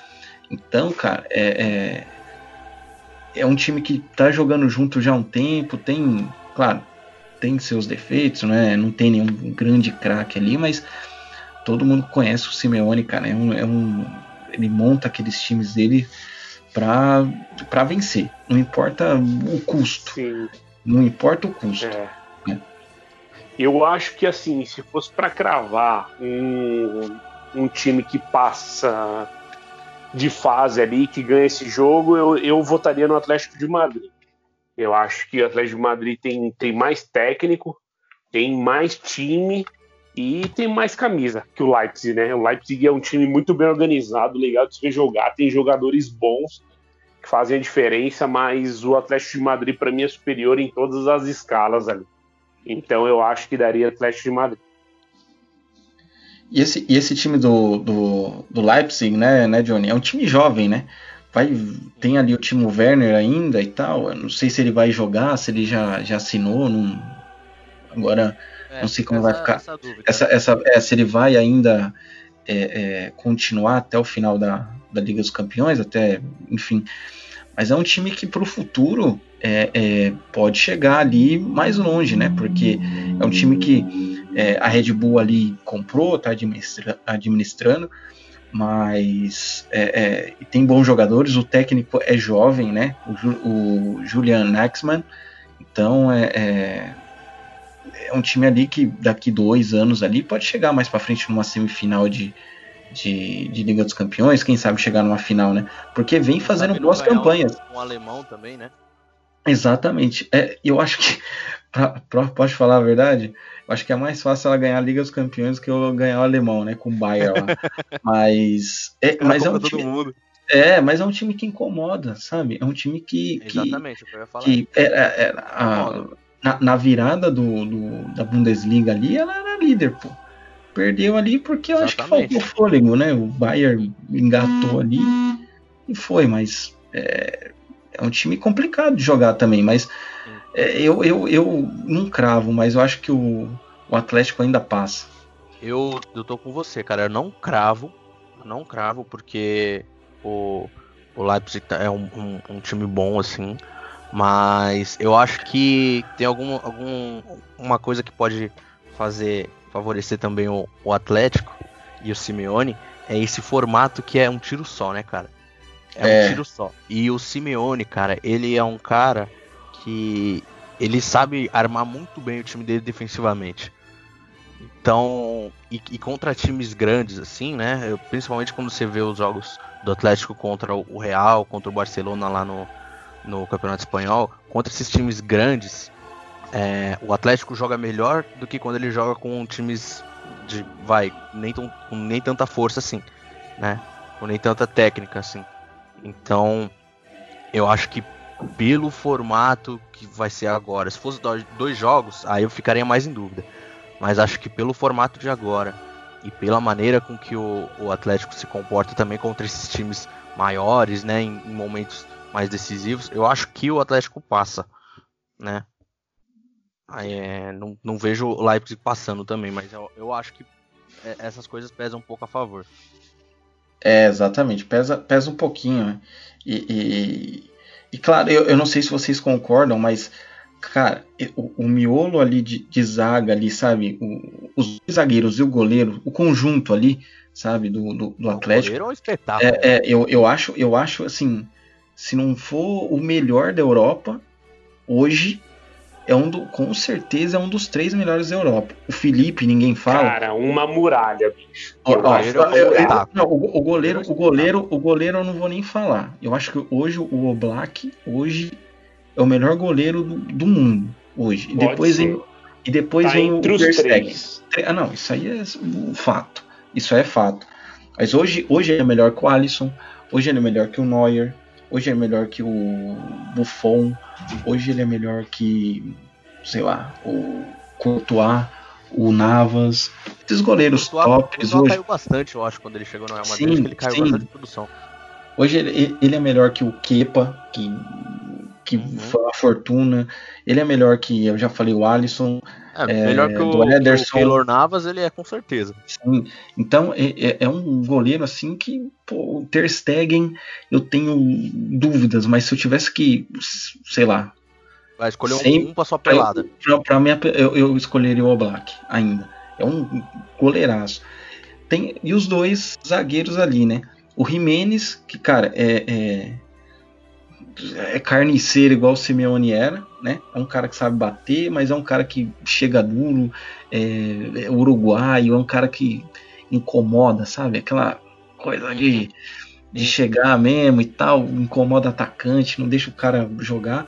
B: Então, cara, é, é, é, um time que tá jogando junto já há um tempo, tem, claro, tem seus defeitos, né? Não tem nenhum grande craque ali, mas todo mundo conhece o Simeone, cara. É um, é um, ele monta aqueles times dele para vencer. Não importa o custo. Sim. Não importa o custo. É.
C: É. Eu acho que assim, se fosse para cravar um, um time que passa de fase ali, que ganha esse jogo, eu, eu votaria no Atlético de Madrid. Eu acho que o Atlético de Madrid tem, tem mais técnico, tem mais time e tem mais camisa que o Leipzig, né? O Leipzig é um time muito bem organizado, legal de se ver jogar, tem jogadores bons que fazem a diferença, mas o Atlético de Madrid para mim é superior em todas as escalas ali. Então eu acho que daria Atlético de Madrid.
B: E esse, e esse time do, do, do Leipzig, né, né, Johnny? É um time jovem, né? Vai, tem ali o Timo Werner ainda e tal. Eu não sei se ele vai jogar, se ele já, já assinou. Não... Agora, é, não sei como essa, vai ficar. Essa, dúvida, essa, né? essa é, se ele vai ainda é, é, continuar até o final da, da Liga dos Campeões, até, enfim. Mas é um time que para o futuro é, pode chegar ali mais longe, né? Porque é um time que É, a Red Bull ali comprou, está administra administrando, mas é, tem bons jogadores. O técnico é jovem, né? O, Ju o Julian Naxman. Então é, é um time ali que daqui dois anos ali pode chegar mais para frente numa semifinal de, de, de, Liga dos Campeões, quem sabe chegar numa final, né? Porque vem fazendo boas campanhas.
D: Um, um, alemão também, né?
B: Exatamente. É, eu acho que, pra, pra, pode falar a verdade, eu acho que é mais fácil ela ganhar a Liga dos Campeões que eu ganhar o alemão, né? Com o Bayern lá. mas é, mas é um time. Mundo. É, mas é um time que incomoda, sabe? É um time que.
D: Exatamente, é que, eu ia falar.
B: Que era, era a, na, na, virada do, do, da Bundesliga ali, ela era líder, pô. Perdeu ali porque eu Exatamente. acho que faltou fôlego, né? O Bayern engatou ali e foi, mas é, é um time complicado de jogar também, mas é, eu, eu, eu não cravo, mas eu acho que o, o Atlético ainda passa.
D: Eu, eu tô com você, cara. Eu não cravo, não cravo, porque o, o Leipzig é um, um, um time bom, assim. Mas eu acho que tem algum, algum uma coisa que pode fazer favorecer também o, o, Atlético e o Simeone é esse formato que é um tiro só, né, cara? É, é, um tiro só. E o Simeone, cara, ele é um cara que ele sabe armar muito bem o time dele defensivamente. Então, e, e contra times grandes assim, né? Eu, principalmente quando você vê os jogos do Atlético contra o Real, contra o Barcelona lá no, no Campeonato Espanhol, contra esses times grandes, é, o Atlético joga melhor do que quando ele joga com times de, vai, nem, tão, com nem tanta força assim, né? Com nem tanta técnica assim. Então, eu acho que pelo formato que vai ser agora, se fosse dois jogos, aí eu ficaria mais em dúvida. Mas acho que pelo formato de agora e pela maneira com que o, o Atlético se comporta também contra esses times maiores, né, em, em momentos mais decisivos, eu acho que o Atlético passa, né? É, não, não, vejo o Leipzig passando também, mas eu, eu, acho que essas coisas pesam um pouco a favor.
B: É, exatamente, pesa, pesa um pouquinho, né? E, e, e claro, eu, eu, não sei se vocês concordam, mas, cara, o, o miolo ali de, de, zaga ali, sabe? O, os zagueiros e o goleiro, o conjunto ali, sabe, do, do, do Atlético. Ah, O goleiro
D: é um espetáculo.
B: É, é, eu, eu, acho, eu acho assim se não for o melhor da Europa, hoje é um do, com certeza é um dos três melhores da Europa. O Felipe, ninguém fala.
C: Cara, uma muralha, bicho.
B: O, o, goleiro,
D: é um
B: eu, é não, o, o goleiro, o goleiro, o goleiro eu não vou nem falar. Eu acho que hoje o Oblak hoje é o melhor goleiro do, do mundo hoje. Pode depois ser. vem, E depois
C: Tá
B: o
C: entre os
B: Verstappen.
C: três.
B: Tre- Ah, não, isso aí é s- um fato. Isso é fato. Mas hoje, hoje ele é melhor que o Alisson, hoje ele é melhor que o Neuer, hoje ele é melhor que o Buffon, hoje ele é melhor que, sei lá, o Courtois, o Navas. Esses goleiros
D: Courtois-
B: tops
D: Courtois tá
B: hoje.
D: caiu bastante, eu acho, quando ele chegou no Real Madrid.
B: Sim,
D: acho que ele caiu
B: sim.
D: bastante de produção.
B: Hoje ele, ele é melhor que o Kepa, que, que
D: Uhum.
B: foi uma fortuna. Ele é melhor que, eu já falei, o Alisson.
D: É, melhor que o,
B: do
D: que o
B: Ederson.
D: Keylor Navas, ele é com certeza.
B: Sim. Então, é, é- é um goleiro assim que, pô, o Ter Stegen, eu tenho dúvidas, mas se eu tivesse que, s- sei lá,
D: Vai escolher
B: Sim.
D: um, um pra sua
B: pra,
D: pelada.
B: pra, pra minha, pe- eu, eu escolheria o Oblak ainda. É um goleiraço. Tem, e os dois zagueiros ali, né? O Jimenez, que, cara, é, é, é carniceiro igual o Simeone era, né? É um cara que sabe bater, mas é um cara que chega duro, é, é uruguaio, é um cara que incomoda, sabe? Aquela coisa de, de chegar mesmo e tal, incomoda atacante, não deixa o cara jogar.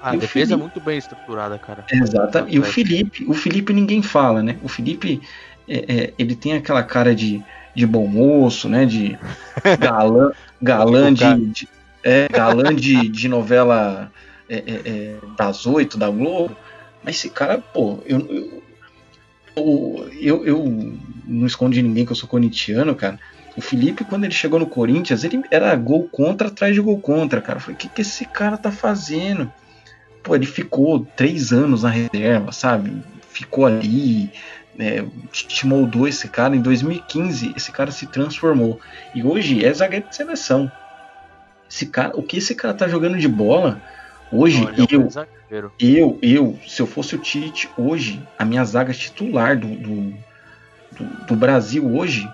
D: Ah, a
B: E o
D: defesa é
B: Felipe?
D: muito bem estruturada, cara.
B: Exatamente. E o
D: Atlético.
B: Felipe, o Felipe ninguém fala, né? O Felipe, é, é, ele tem aquela cara de, de bom moço, né? De galã, galã
D: Tipo, cara.
B: de, de- é, galã de, de novela é, é, é, das oito da Globo. Mas esse cara, pô, eu, eu, eu, eu- eu não escondo de ninguém que eu sou corintiano, cara. O Felipe, quando ele chegou no Corinthians, ele era gol contra atrás de gol contra, cara. Eu falei, o que, que esse cara tá fazendo? Pô, ele ficou três anos na reserva, sabe? Ficou ali, né? Te moldou esse cara. Em 2015, esse cara se transformou. E hoje é zagueiro de seleção. Esse cara, o que esse cara tá jogando de bola hoje,
D: Não, ele é um
B: eu,
D: bom zagueiro.
B: eu, eu, se eu fosse o Tite hoje, a minha zaga titular do, do, do- do Brasil hoje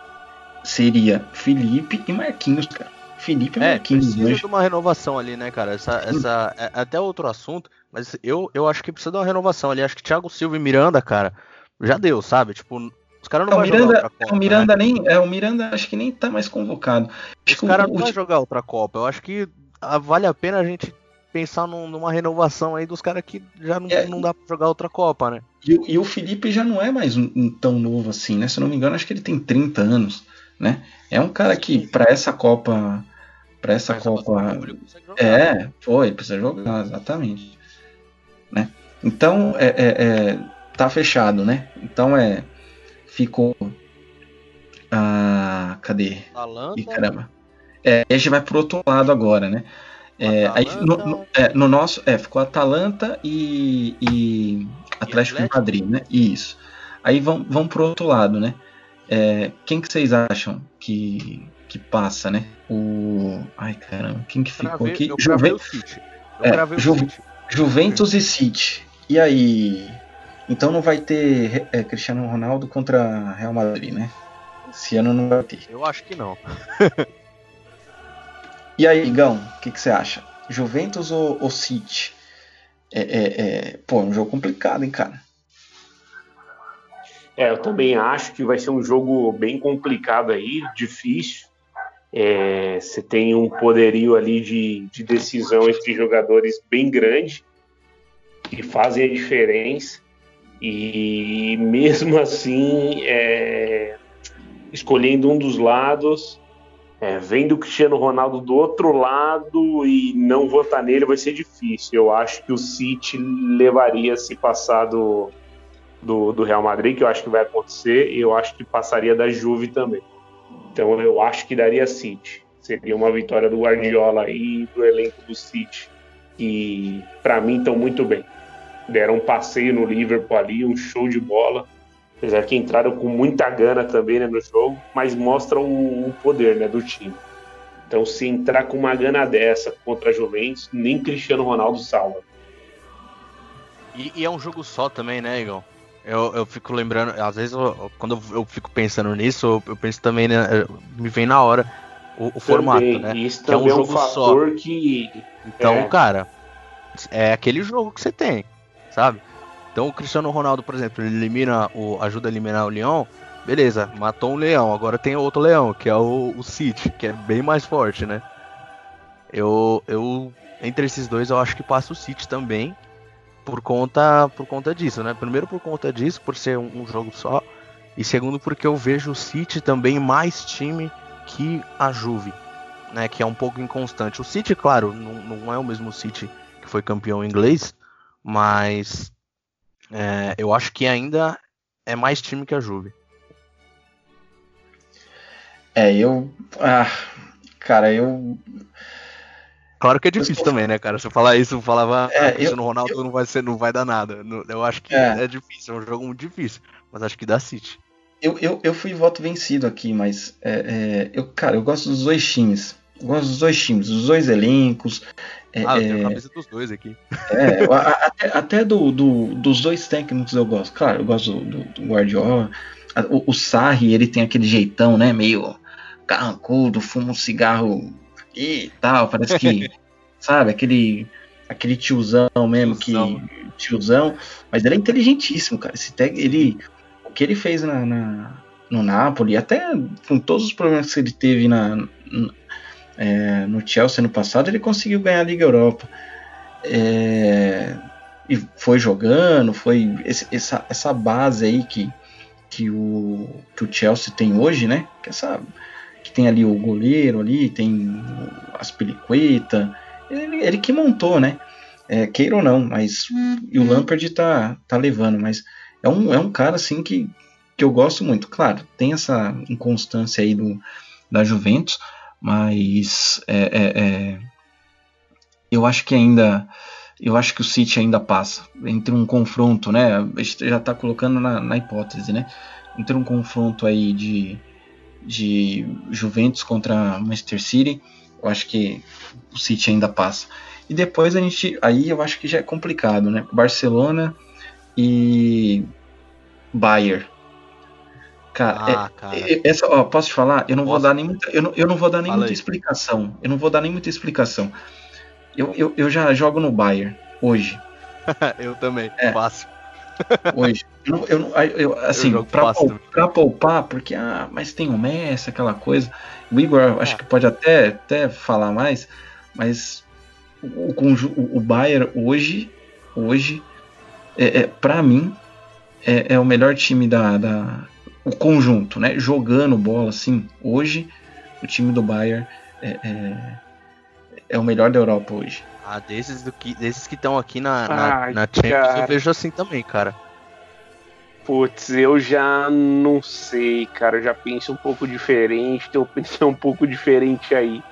B: seria Felipe e Marquinhos, cara. Felipe e
D: É,
B: Marquinhos
D: precisa
B: hoje.
D: de uma renovação ali, né, cara? Essa, essa, é até outro assunto, mas eu, eu acho que precisa de uma renovação ali. Acho que Thiago Silva e Miranda, cara, já deu, sabe? Tipo, os caras não
B: É, o
D: vão jogar
B: Miranda, é,
D: outra
B: o
D: Copa. né?
B: Miranda nem, é, o Miranda acho que nem tá mais convocado. Acho
D: Os
B: que o-
D: caras
B: o-
D: não vão jogar outra Copa. Eu acho que ah, vale a pena a gente pensar num- numa renovação aí dos caras que já não,
B: É.
D: não dá pra jogar outra Copa, né?
B: e, o- e o Felipe já não é mais um- um tão novo assim, né? Se eu não me engano, acho que ele tem 30 anos, né? É um cara que para essa Copa, para essa
D: Mas a
B: Copa
D: Copa ele consegue jogar.
B: É, foi, precisa jogar, exatamente. Né? Então, é, é- é, tá fechado, né? Então é. Ficou. Ah, cadê? Ih,
D: Atalanta,
B: caramba. É, a gente vai pro outro lado agora, né? É, aí no,
D: Atalanta.
B: no- é, no nosso. É, ficou Atalanta e. e Atlético de
D: Atlético.
B: Madrid, né? Isso. Aí vamos, vamos pro outro lado, né? É, quem que vocês acham que, que passa, né? O. Ai, caramba, quem que ficou
D: cravei-
B: aqui?
D: eu
B: Juve-
D: cravei o City. Eu
B: É,
D: cravei o
B: Juve-
D: City.
B: Juventus e City. E aí? Então não vai ter é, Cristiano Ronaldo contra Real Madrid, né? Esse ano não vai ter.
D: Eu acho que não.
B: E aí, Igão, o que que você acha? Juventus ou, ou City? É, é, é, Pô, é um jogo complicado, hein, cara?
C: É, eu também acho que vai ser um jogo bem complicado aí, difícil. É, você tem um poderio ali de, de decisão entre jogadores bem grande, que fazem a diferença. E mesmo assim, é, escolhendo um dos lados, é, vendo o Cristiano Ronaldo do outro lado e não votar nele vai ser difícil. Eu acho que o City levaria se passado do, do Real Madrid, que eu acho que vai acontecer, e eu acho que passaria da Juve também. Então eu acho que daria City. Seria uma vitória do Guardiola e do elenco do City, que para mim estão muito bem. Deram um passeio no Liverpool ali, um show de bola. Apesar que entraram com muita gana também né, no jogo, mas mostram o, o poder né, do time. Então, se entrar com uma gana dessa contra a Juventus, nem Cristiano Ronaldo salva.
D: E, e é um jogo só também, né, Igor? Eu, eu fico lembrando, às vezes eu- quando eu, eu fico pensando nisso, eu, eu penso também, né, eu- me vem na hora o, o formato,
C: Também,
D: né?
C: Isso
D: Que é um
C: também é um,
D: jogo só.
C: fator que
D: Então,
C: é.
D: cara, é aquele jogo que você tem, sabe? Então o Cristiano Ronaldo, por exemplo, ele elimina o, ajuda a eliminar o Leão, beleza, matou um leão, agora tem outro leão, que é o, o City, que é bem mais forte, né? Eu, eu, entre esses dois, eu acho que passa o City também. por conta, por conta disso, né? Primeiro por conta disso, por ser um, um jogo só, e segundo porque eu vejo o City também mais time que a Juve, né? Que é um pouco inconstante. O City, claro, não, não é o mesmo City que foi campeão inglês, mas é, eu acho que ainda é mais time que a Juve.
B: É, eu. Ah, cara, eu.
D: Claro que é difícil também, né, cara? Se eu falar isso, eu falava,
B: É,
D: ah, Cristiano Ronaldo não vai ser, não vai dar nada. Não- Eu acho que
B: É.
D: é. difícil, é um jogo muito difícil, mas acho que dá City.
B: Eu, eu, eu fui voto vencido aqui, mas é, é, eu, cara, eu gosto dos dois times. Eu gosto dos dois times, dos dois elencos. É,
D: Ah,
B: é,
D: eu tenho a cabeça dos dois aqui.
B: É, eu a- a- até, até do, do- dos dois técnicos eu gosto. Claro, eu gosto do, do- do Guardiola. A- O, o Sarri, ele tem aquele jeitão, né? Meio carrancudo, fuma um cigarro aqui e tal. Parece que, sabe, aquele, aquele tiozão mesmo
D: Tiozão.
B: que. Tiozão. Mas ele é inteligentíssimo, cara. Esse tec, ele, o que ele fez na, na- no Napoli, até com todos os problemas que ele teve na, n- é, no Chelsea no passado, ele conseguiu ganhar a Liga Europa. É, e foi jogando, foi esse- essa, essa base aí que, que, o, que o Chelsea tem hoje, né? Que, essa, que tem ali o goleiro ali, tem as pelicueta, ele, ele que montou, né? É, queira ou não, mas e o Lampard tá, tá levando, mas é um, é um cara assim que, que eu gosto muito. Claro, tem essa inconstância aí do, da Juventus, mas é, é, é, eu acho que ainda eu acho que o City ainda passa entre um confronto, né? A gente já está colocando na, na hipótese, né? Entre um confronto aí de, de Juventus contra Manchester City, eu acho que o City ainda passa. E depois a gente, aí eu acho que já é complicado, né? Barcelona e Bayern. Cara, é-
D: Ah, cara.
B: e- Essa, ó, posso te falar? Eu não vou
D: Posso?
B: dar nem muita, eu não, eu não vou dar nem
D: Fala
B: muita
D: aí.
B: explicação. Eu não vou dar nem muita explicação. Eu, eu, eu já jogo no Bayern hoje.
D: eu também,
B: É.
D: fácil.
B: Hoje. eu, não- eu, não- aí, eu, assim,
D: É um jogo
B: pra,
D: fácil
B: pou- pra poupar, porque ah, mas tem o Messi, aquela coisa. O Igor
D: É.
B: acho que pode até, até falar mais, mas o, o, conju- o- o Bayern hoje, hoje, é, é, pra mim, é, é o melhor time da, da- o conjunto, né? Jogando bola assim, hoje o time do Bayern é, é- é o melhor da Europa hoje.
D: Ah, desses, do que, desses que estão aqui na, na,
C: Ai,
D: na Champions,
C: cara.
D: eu vejo assim também, cara.
C: Putz, eu já não sei, cara. Eu já penso um pouco diferente, tenho opinião um pouco diferente aí.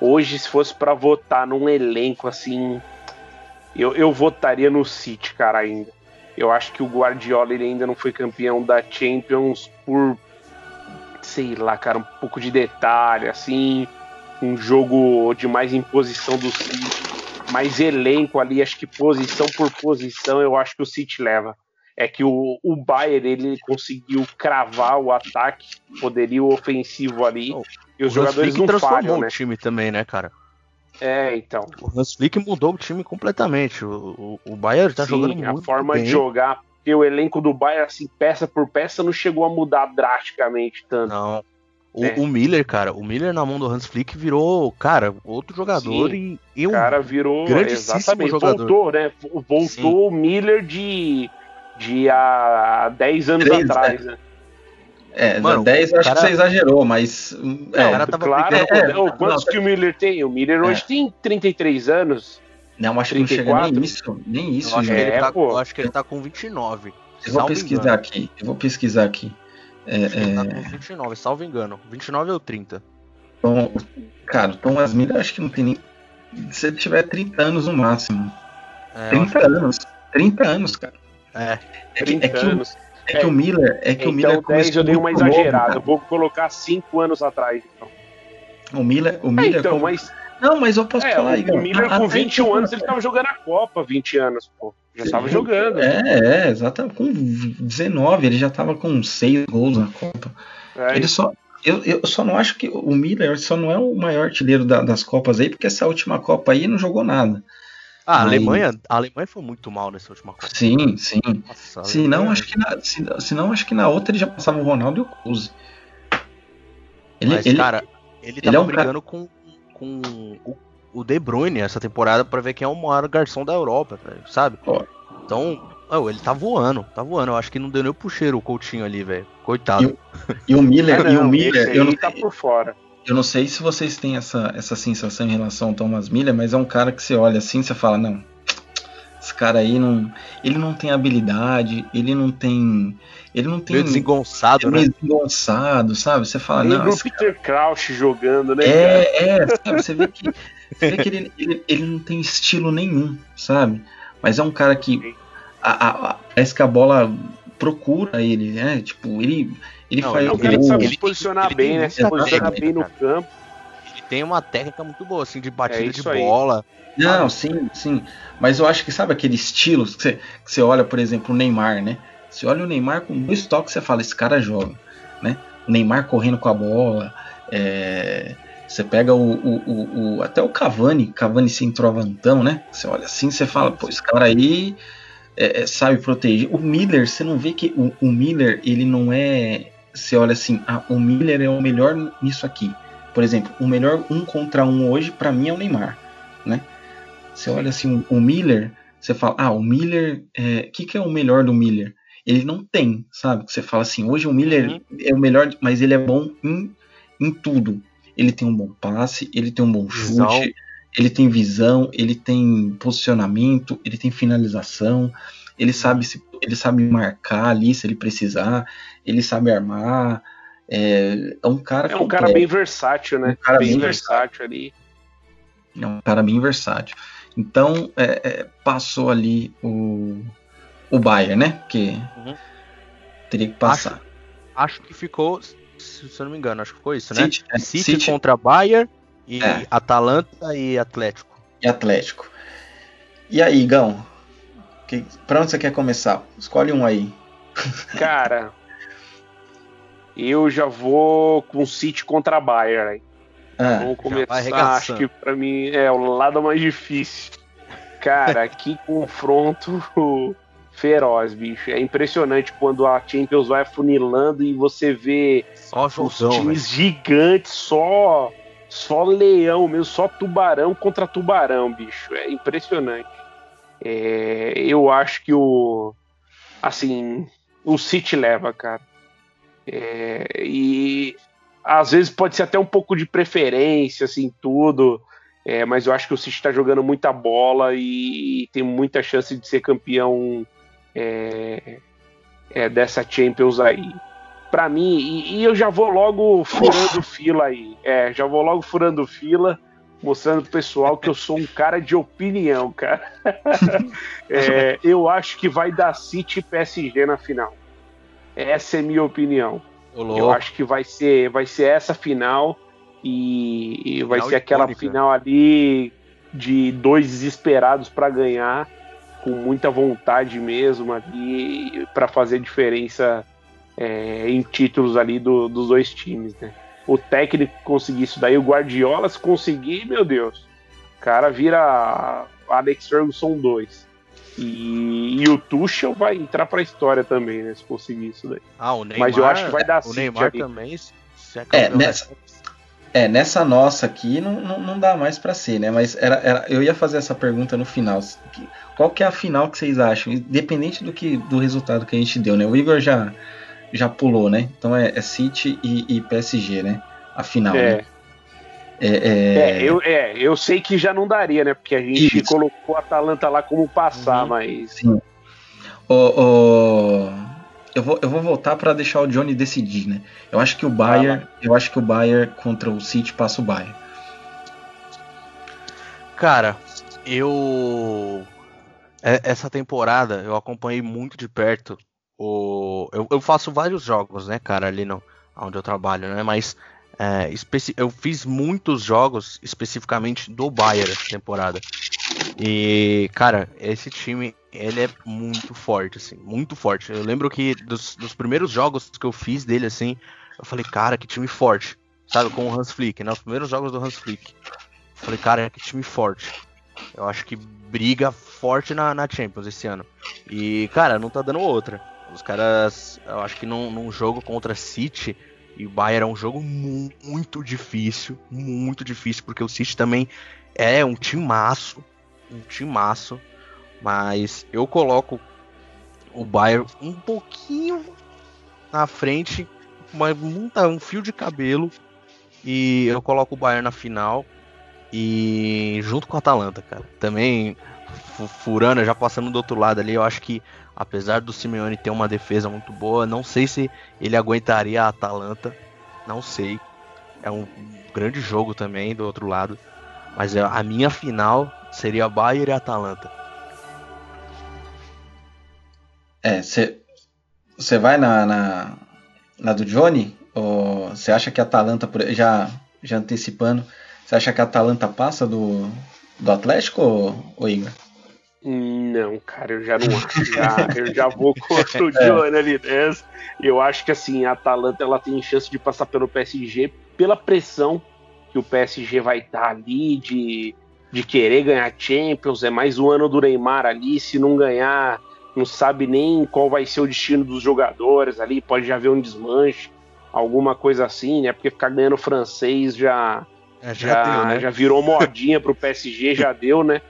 C: Hoje, se fosse pra votar num elenco assim, eu, eu votaria no City, cara, ainda. Eu acho que o Guardiola ele ainda não foi campeão da Champions por, sei lá, cara, um pouco de detalhe, assim, um jogo de mais imposição do City. Mas elenco ali, acho que posição por posição, eu acho que o City leva é que o, o Bayern ele conseguiu cravar o ataque, poderio ofensivo ali,
D: Oh,
C: e os
D: o Hans
C: jogadores
D: Flick
C: não
D: transformou
C: falham,
D: o
C: né?
D: time também, né, cara?
C: É, então.
D: O Hans Flick mudou o time completamente. O, o, o Bayern tá jogando
C: Sim,
D: muito
C: a forma
D: bem.
C: de jogar, porque o elenco do Bayern, assim, peça por peça, não chegou a mudar drasticamente tanto.
D: Não. O,
C: É.
D: o Miller, cara, o Miller na mão do Hans Flick virou, cara, outro jogador e, e
C: O
D: um
C: cara virou.
D: grandíssimo
C: Exatamente.
D: jogador.
C: Voltou, né? Voltou
D: Sim.
C: o Miller de, de há 10 anos
B: Três,
C: atrás, né?
B: É,
D: Mano,
B: 10 eu acho
D: cara-
B: que você exagerou, mas. hum,
D: Não,
B: é,
D: cara tava
C: claro,
D: brigando né?
C: é,
B: com-
C: é, o- quantos
B: Não, É.
C: que o Miller tem? O Miller hoje tem 33 anos.
B: Não, acho que não chega
C: 34?
B: nem isso. Nem isso,
D: eu, acho
B: gente.
D: que ele
C: é,
D: tá,
C: pô.
D: eu acho que ele tá com 29.
B: Eu vou
D: salvo
B: pesquisar
D: engano.
B: aqui. Eu vou pesquisar aqui. É,
D: Acho que ele
B: é,
D: tá com 29, salvo engano. 29 ou 30.
B: Tom- cara, o Thomas Miller acho que não tem nem. Se ele tiver 30 anos no máximo.
D: É, eu acho
B: 30 anos. 30 anos, cara.
D: que- é.
B: É que,
C: 30
B: é que, o,
C: anos.
B: é que o Miller. É que o Miller
C: Então 10 eu dei uma
B: muito novo, né?
C: exagerada.
B: cara.
C: Vou colocar 5 anos atrás. Então.
B: o Miller. O
C: É,
B: Miller
C: então,
B: com-
C: mas
B: Não, mas eu posso
C: é,
B: falar.
C: o
B: Igor,
C: Miller
B: a-
C: com
B: Ah, até
C: 21 anos
B: que-
C: ele tava jogando a Copa, 20 anos, pô. Já tava
B: Sim.
C: jogando. É,
B: É, é, exatamente. Com 19, ele já tava com 6 gols na Copa.
C: É,
B: Ele só. Eu, eu só não acho que o Miller só não é o maior artilheiro da- das Copas aí, porque essa última Copa aí não jogou nada.
D: Ah, a
B: Mas-
D: Alemanha, a Alemanha foi muito mal nessa última Copa.
B: Sim, sim.
D: Nossa, a
B: Se não,
D: Alemanha-
B: acho que na, se, se não, acho que na outra ele já passava o Ronaldo e o Cruze. Ele,
D: Mas,
B: ele-
D: cara, ele tava
B: ele é um cara-
D: brigando com, com o, o De Bruyne essa temporada pra ver quem é o maior garçom da Europa, tá ligado? sabe?
B: Ó,
D: Então, oh, ele tá voando, tá voando. Eu acho que não deu nem o puxeiro o Coutinho ali, velho. Coitado.
B: E E o é Miller,
C: Ah,
B: e o
C: não, esse
B: Miller
C: aí
B: eu, não,
C: tá por fora.
B: eu não sei se vocês têm essa, essa sensação em relação ao Thomas Miller, mas é um cara que você olha assim e você fala, não, esse cara aí não. Ele não tem habilidade, ele não tem. Ele não tem.
D: Meio desengonçado,
B: é
D: né?
B: meio desengonçado, sabe? Você fala,
C: Lembra
B: Ah, não,
C: o
B: esse
C: Peter Crouch jogando, né? cara?
B: É, é, sabe? Você vê que, você vê que ele, ele, ele não tem estilo nenhum, sabe? Mas é um cara que. A, a, a, parece que a bola procura ele, né? Tipo, ele, ele
D: Não,
B: faz.
D: ele
C: É um
D: o
C: cara que sabe
D: ele-
C: se posicionar
D: ele-
C: bem,
D: ele-
B: É
C: né?
D: ele-
C: Se posicionar
B: ele-
C: bem no
D: cara.
C: campo.
D: Ele tem uma técnica muito boa, assim, de batida
C: É
D: de
C: isso aí.
D: bola.
B: Não, sim, sim. Mas eu acho que, sabe, aquele estilo que você, que você olha, por exemplo, o Neymar, né? Você olha o Neymar com dois toques, você fala, esse cara joga, né? O Neymar correndo com a bola, é, você pega o, o- o- o- até o Cavani, Cavani centroavantão, né? Você olha assim, você fala, pô, esse cara aí é, é, sabe proteger. O Miller, você não vê que o, o Miller, ele não é... Você olha assim, ah, o Miller é o melhor nisso aqui. Por exemplo, o melhor um contra um hoje, pra mim, é o Neymar. Você olha assim, o Miller, você fala, ah, o Miller, o que, que é o melhor do Miller? Ele não tem, sabe? Você fala assim, hoje o Miller é o melhor, mas ele é bom em, em tudo. Ele tem um bom passe, ele tem um bom chute,
D: Visão.
B: ele tem visão, ele tem posicionamento, ele tem finalização, ele sabe se ele sabe marcar ali se ele precisar, ele sabe armar. É, é um cara
C: É um cara
B: completo.
C: bem versátil, né?
B: Um cara
C: bem
B: bem
C: versátil ali.
B: É um cara bem versátil. Então, é, é, passou ali o, o Bayern, né? Porque
D: Uhum.
B: teria que passar.
D: Acho que ficou, se se eu não me engano, acho que ficou isso, né?
B: City, é,
D: City,
B: City
D: contra Bayern e
B: É.
D: Atalanta e Atlético.
B: e Atlético. E aí, Gão? Que, pra onde você quer começar? Escolhe um aí.
C: Cara, eu já vou com City contra Bayern. aí.
B: Ah,
C: Vamos
D: É, vai
C: começar, acho
D: arregaçando.
C: que pra mim é o lado mais difícil. Cara, que confronto feroz, bicho. É impressionante quando a Champions vai afunilando e você vê
D: Só
C: os
D: jogão, velho.
C: times gigantes, só só leão mesmo, só tubarão contra tubarão, bicho. É impressionante. É, eu acho que o assim, o City leva, cara. É, e às vezes pode ser até um pouco de preferência, assim, tudo. É, mas eu acho que o City tá jogando muita bola e tem muita chance de ser campeão é, é, dessa Champions aí. Pra mim, e, e eu já vou logo furando fila aí. É, já vou logo furando fila, mostrando pro pessoal que eu sou um cara de opinião, cara. É, eu acho que vai dar City e PSG na final. Essa é minha opinião.
D: Ô,
C: Eu
D: louco.
C: acho que vai ser, vai ser essa final e, e vai
D: Final
C: ser aquela
D: icônica.
C: final ali de dois desesperados pra ganhar, com muita vontade mesmo ali pra fazer diferença é, em títulos ali do- dos dois times, né? O técnico conseguir isso daí, o Guardiola se conseguir, meu Deus, o cara vira Alex Ferguson 2. E, e o Tuchel vai entrar pra história também, né? Se conseguir isso daí.
D: Ah, o Neymar.
C: Mas eu acho que vai dar
D: O
C: City
D: Neymar
C: ali.
D: também. se é, campeão, né?
B: nessa- É, nessa nossa aqui não, não, não dá mais pra ser, né? Mas era, era, eu ia fazer essa pergunta no final. Que- Qual que é a final que vocês acham? Independente do que do resultado que a gente deu, né? O Igor já, já pulou, né? Então é, é City e, e PSG, né? A final,
C: É.
B: né? É, é-
C: É, eu, é, eu sei que já não daria, né? Porque a gente
B: Isso.
C: colocou a Atalanta lá como passar,
D: Uhum.
C: mas.
B: Sim. O, o- Eu, vou, eu vou voltar pra deixar o Johnny decidir, né? Eu acho que o Bayern, eu acho que o Bayern contra o City passa o Bayern.
D: Cara, eu. é- Essa temporada eu acompanhei muito de perto. O... Eu, eu faço vários jogos, né, cara, ali no... onde eu trabalho, né? Mas é, especi- eu fiz muitos jogos especificamente do Bayern essa temporada. E, cara, esse time, ele é muito forte, assim, muito forte. Eu lembro que dos, dos primeiros jogos que eu fiz dele, assim, eu falei, cara, que time forte. Sabe, com o Hans Flick, né? Os primeiros jogos do Hans Flick. Falei, cara, que time forte. Eu acho que briga forte na, na Champions esse ano. E, cara, não tá dando outra. Os caras, eu acho que num, num jogo contra City e Bayern é um jogo mu- muito difícil, muito difícil, porque o City também é um timaço, um timaço. Mas eu coloco o Bayern um pouquinho na frente, mas muita, um fio de cabelo. E eu coloco o Bayern na final. E junto com o Atalanta, cara. Também furando, já passando do outro lado ali, eu acho que apesar do Simeone ter uma defesa muito boa, não sei se ele aguentaria a Atalanta. Não sei. É um grande jogo também do outro lado. Mas é, a minha final seria Bayern e Atalanta.
B: É, você vai na, na, na, do Johnny? Ou você acha que a Atalanta, já, já antecipando, você acha que a Atalanta passa do, do Atlético, ou, ou Igor?
C: Não, cara, eu já não acho. Já, eu já vou contra o Johnny ali nessa. Eu acho que assim, a Atalanta ela tem chance de passar pelo PSG pela pressão que o PSG vai estar tá ali de, de querer ganhar Champions. É mais um ano do Neymar ali. Se não ganhar, não sabe nem qual vai ser o destino dos jogadores ali. Pode já haver um desmanche, alguma coisa assim, né? Porque ficar ganhando francês já. É, já, já, deu, né? já virou modinha pro PSG, já deu, né?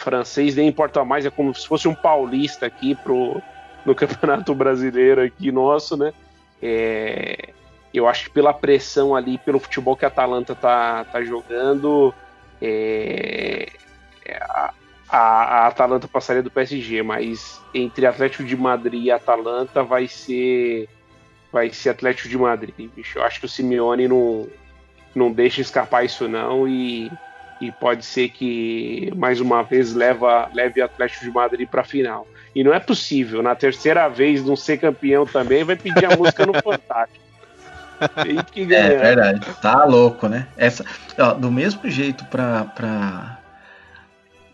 C: francês nem importa mais, é como se fosse um paulista aqui pro, no Campeonato Brasileiro aqui nosso, né? É, eu acho que pela pressão ali, pelo futebol que a Atalanta tá, tá jogando, é, a, a, Atalanta passaria do PSG, mas entre Atlético de Madrid e Atalanta vai ser vai ser Atlético de Madrid, bicho. Eu acho que o Simeone não, não deixa escapar isso não e e pode ser que mais uma vez leva, leve o Atlético de Madrid para a final. E não é possível, na terceira vez não ser campeão também, vai pedir a música no Fantástico.
B: Tem que ganhar. É verdade, tá louco, né? Essa, ó, do mesmo jeito para pra...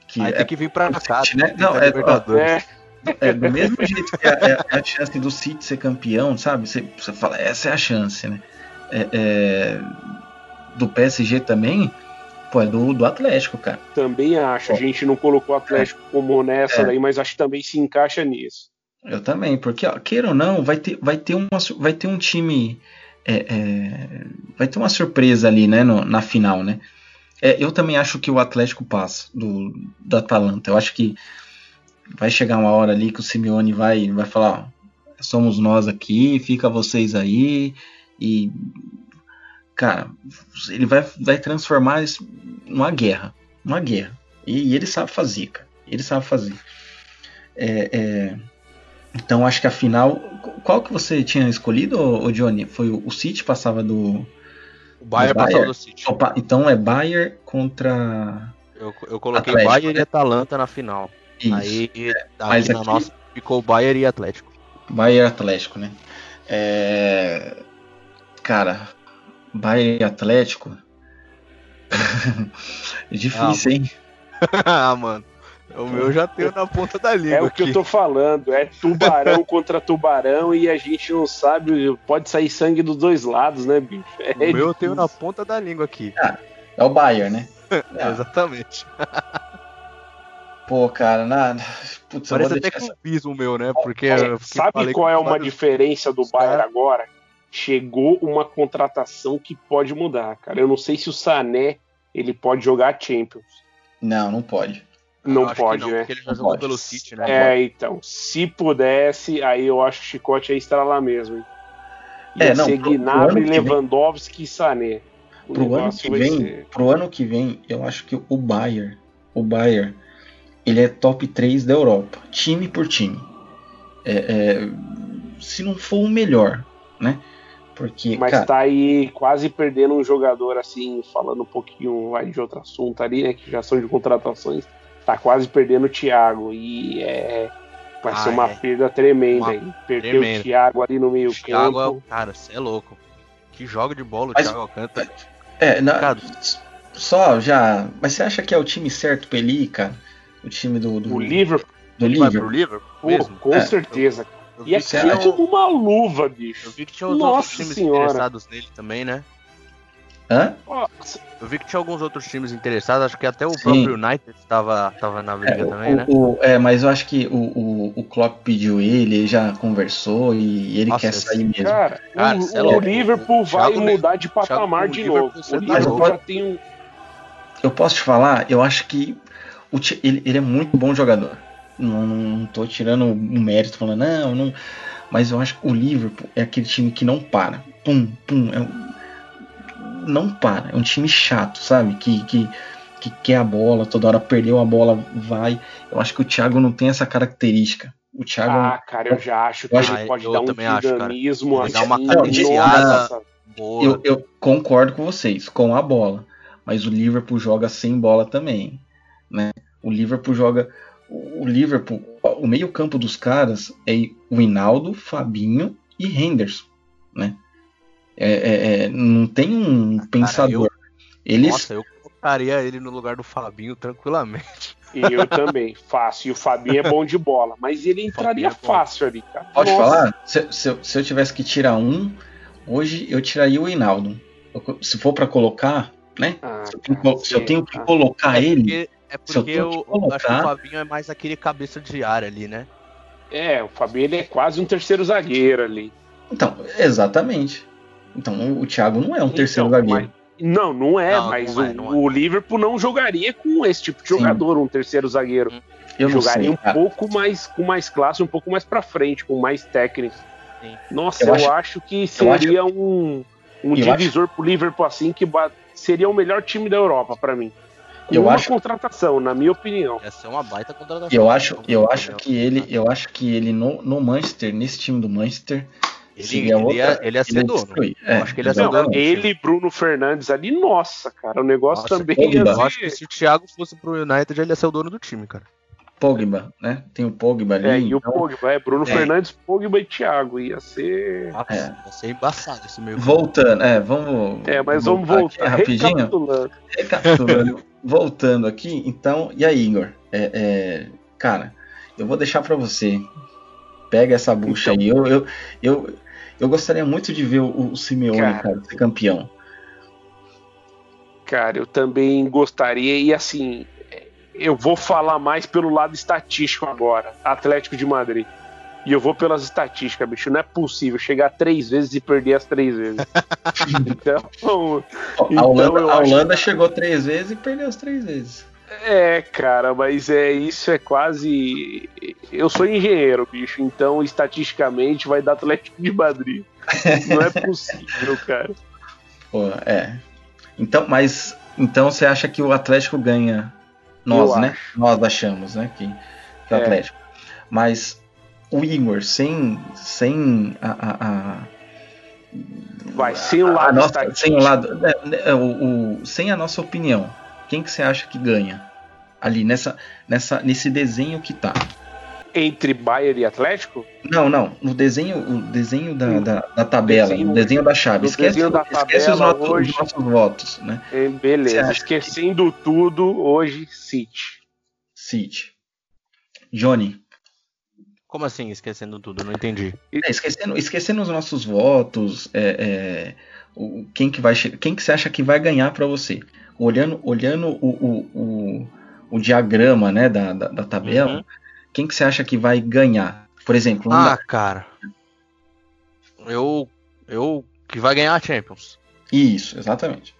D: Que Aí é, tem que vir para cá,
B: né? Não, é, ó, é, é, do mesmo jeito que é, a chance do City ser campeão, sabe? Você, você fala, essa é a chance, né? é, do PSG também, pô, é do, do Atlético, cara.
C: Também acho. A gente não colocou o Atlético é. como nessa é. daí, mas acho que também se encaixa nisso.
B: Eu também, porque, ó, queira ou não, vai ter, vai ter, uma, vai ter um time. É, vai ter uma surpresa ali, né, no, na final, né? eu também acho que o Atlético passa do, do Atalanta. Eu acho que vai chegar uma hora ali que o Simeone vai, vai falar: ó, somos nós aqui, fica vocês aí. E cara, ele vai, vai transformar isso numa guerra. Uma guerra. E, e, ele sabe fazer, cara. Ele sabe fazer. É, é, então acho que a final. Qual que você tinha escolhido, ô, Johnny? Foi o, o City passava do.
D: O Bayern, do Bayern. passava do City.
B: Opa, então é Bayern contra.
D: Eu, eu coloquei Atlético, Bayern né? e Atalanta na final. Isso. Aí é, mas aqui, na nossa ficou Bayern e Atlético.
B: Bayern e Atlético, né? É... Cara, Bayern Atlético. é difícil, ah, hein?
D: ah, mano. O meu já tenho na ponta da língua. É
C: o que aqui. eu tô falando. É tubarão contra tubarão e a gente não sabe. Pode sair sangue dos dois lados, né, bicho?
D: É o meu difícil. eu tenho na ponta da língua aqui.
B: Ah, é o Bayern, né?
D: é, exatamente.
B: Pô, cara, na... Putz,
D: Parece até que
B: assim.
D: essa... eu o meu, né? Porque
C: É, sabe qual é uma diferença do Bayern cara? agora? chegou uma contratação que pode mudar, cara. Eu não sei se o Sané ele pode jogar Champions.
B: Não, não pode.
D: Ah,
C: Não pode, não, né?
D: ele já não jogou pode. pelo City, né?
C: É, então, se pudesse, aí eu acho que o chicote ia estralar mesmo. Hein? Ia é, não, ser pro, Gnabry, pro Lewandowski vem, e Sané.
B: O pro ano que vem, ser... pro ano que vem, eu acho que o Bayern, o Bayern, ele é top 3 da Europa, time por time. É, é, se não for o melhor, né? Porque,
C: Mas cara, tá aí quase perdendo um jogador, assim, falando um pouquinho vai, de outro assunto ali, né? Que já são de contratações. Tá quase perdendo o Thiago. E é. Vai ah, ser uma é. perda tremenda aí. Perder tremendo. o Thiago ali no meio Thiago campo.
D: É, cara, você é louco. Que joga de bola o Mas, Thiago Alcântara.
B: É, na, cara, só já. Mas você acha que é o time certo pra ele, cara? O time do. do
C: é o Liverpool.
B: Do Liverpool? Liverpool
C: Pô, mesmo? com é. certeza, cara. Eu e aqui é como uma luva, bicho.
D: Eu vi que tinha os Nossa outros times senhora. interessados nele também, né?
B: Hã?
D: Eu vi que tinha alguns outros times interessados, acho que até o Sim. próprio United estava tava na briga
B: é,
D: também,
B: o,
D: né?
B: O, é, mas eu acho que o, o, o Klopp pediu ele, ele já conversou e ele Nossa, quer sair esse... mesmo.
C: Cara, cara é o, lá, Liverpool vai Thiago mudar mesmo. de patamar Thiago, de novo. O Liverpool já tem um...
B: Eu posso te falar, eu acho que o, ele, ele é muito bom jogador. Não, não, não tô tirando o mérito, falando, não, não. Mas eu acho que o Liverpool é aquele time que não para. Pum, pum. É um... Não para. É um time chato, sabe? Que, que, que quer a bola, toda hora perdeu a bola, vai. Eu acho que o Thiago não tem essa característica. O Thiago. é um
C: Ah, cara, eu já acho que
B: eu
C: ele
D: acho-
C: pode
D: eu
C: dar um
D: também acho, cara.
C: dinamismo
D: Ele dá uma
C: assim,
D: cadenciada.
C: nossa.
D: Boa.
B: Eu, eu concordo com vocês, com a bola. Mas o Liverpool joga sem bola também. Né? O Liverpool joga. O o Liverpool, o meio-campo dos caras é o Hinaldo, Fabinho e Henderson. Né? É- é- é, não tem um pensador. Eles.
D: Nossa, eu colocaria ele no lugar do Fabinho tranquilamente.
C: Eu também, fácil. E o Fabinho é bom de bola, mas ele entraria
D: é bom.
C: fácil ali, cara.
B: Pode
C: Nossa.
B: falar? Se, se eu- se eu tivesse que tirar um, hoje eu tiraria o Hinaldo. Eu co- Se for pra colocar, né?
C: Ah,
B: Se eu tenho,
C: cara,
B: que- se eu
C: sim,
B: tenho que
C: tá.
B: colocar
D: é
B: ele.
D: porque, é
B: se eu
D: porque
B: tenho
D: eu,
B: que
D: eu acho que
B: colocar-
D: o Fabinho é mais aquele cabeça de área ali, né?
C: É, o Fabinho ele é quase um terceiro zagueiro ali.
B: Então, exatamente. Então, o, o Thiago não é um terceiro
C: Então,
B: zagueiro.
C: mas- Não, não é,
D: Não,
C: mas
D: não
C: o,
D: é, não é.
C: o Liverpool não jogaria com esse tipo de
B: Sim.
C: jogador, um terceiro zagueiro.
B: Eu não
C: jogaria
B: sei,
C: um
B: cara.
C: pouco mais com mais classe, um pouco mais pra frente, com mais técnica.
D: Sim.
C: Nossa,
B: Eu
C: eu,
B: acho-
C: acho, que seria um,
B: Eu
C: um
B: acho-
C: divisor pro Liverpool assim que ba- seria o melhor time da Europa pra mim. Com
B: Eu
C: uma
B: acho-
C: contratação, na minha opinião.
D: Ia ser uma baita contratação.
B: Eu acho, eu acho
D: Entendeu?
B: que ele, eu acho que ele no, no Manchester, nesse time do Manchester,
D: Ele,
B: seria
D: ele, ia,
B: outra-
D: ele ia ser
C: né?
B: ele
D: dono.
B: destruir. É,
D: acho que ele ia ser
C: Não,
B: exatamente.
C: ele e Bruno Fernandes ali, nossa, cara, o negócio
D: Nossa,
C: também
B: ele
C: ia
B: dá.
D: Eu acho que
C: ser...
D: se o Thiago fosse pro United, ele ia ser o dono do time, cara.
B: Pogba, né? Tem o Pogba ali.
C: É, e o
B: então,
C: Pogba, é Bruno
B: É.
C: Fernandes, Pogba e Thiago, ia ser...
D: Nossa,
B: É.
D: Ia ser embaçado esse meio
B: Voltando, é, vamos.
C: É, mas vamos
B: aqui
C: voltar,
B: rapidinho.
C: recapitulando.
B: Recapitulando, Então, voltando aqui, então, e aí, Igor? É, é, cara, eu vou deixar pra você. Pega essa bucha
C: Então.
B: aí. Eu, eu, eu, eu gostaria muito de ver o, o Simeone, cara,
C: Cara.
B: ser campeão.
C: Cara, eu também gostaria, e assim, eu vou falar mais pelo lado estatístico agora, Atlético de Madrid. E eu vou pelas estatísticas, bicho. Não é possível chegar três vezes e perder as três vezes. então,
B: Ó, a
C: Então,
B: Holanda,
C: eu
B: a
C: acho
B: Holanda
C: que-
B: chegou três vezes e perdeu as três vezes.
C: é, cara, mas é isso é quase. Eu sou engenheiro, bicho. Então, estatisticamente, vai dar Atlético de Madrid. Não é possível, cara.
B: Pô, é. Então, mas então você acha que o Atlético ganha? Nós,
C: Eu
B: né?
C: acho.
B: Nós achamos, né? Que, que o
C: É.
B: Atlético. Mas o Igor, sem, sem a- a- a,
C: Vai, sem o
B: a
C: lado
B: Ah, nossa,
C: estatístico.
B: sem o lado, né, né, é, o- o- sem a nossa opinião, quem que você acha que ganha ali nessa, nessa, nesse desenho que tá?
C: Entre Bayern e Atlético?
B: Não, não, no desenho, o desenho da,
C: Hum.
B: da, da tabela,
C: Desenho-
B: no desenho da chave.
C: no
B: Esquece,
C: desenho da
B: esquece os,
C: tabela
B: notos-
C: hoje.
B: os nossos votos, né?
C: É,
B: Você
C: beleza,
B: acha
C: esquecendo tudo, hoje City.
B: City. Johnny,
D: Como assim, esquecendo tudo? Não entendi.
B: é, esquecendo, esquecendo os nossos votos, é, é, o, quem que vai, che- quem que você acha que vai ganhar pra você? Olhando, olhando o, o, o, o diagrama, né, da, da, da tabela.
D: Uhum.
B: quem que você acha que vai ganhar? Por exemplo, um
D: Ah,
B: da-
D: cara. Eu. Eu. Que vai ganhar a Champions.
B: isso, exatamente.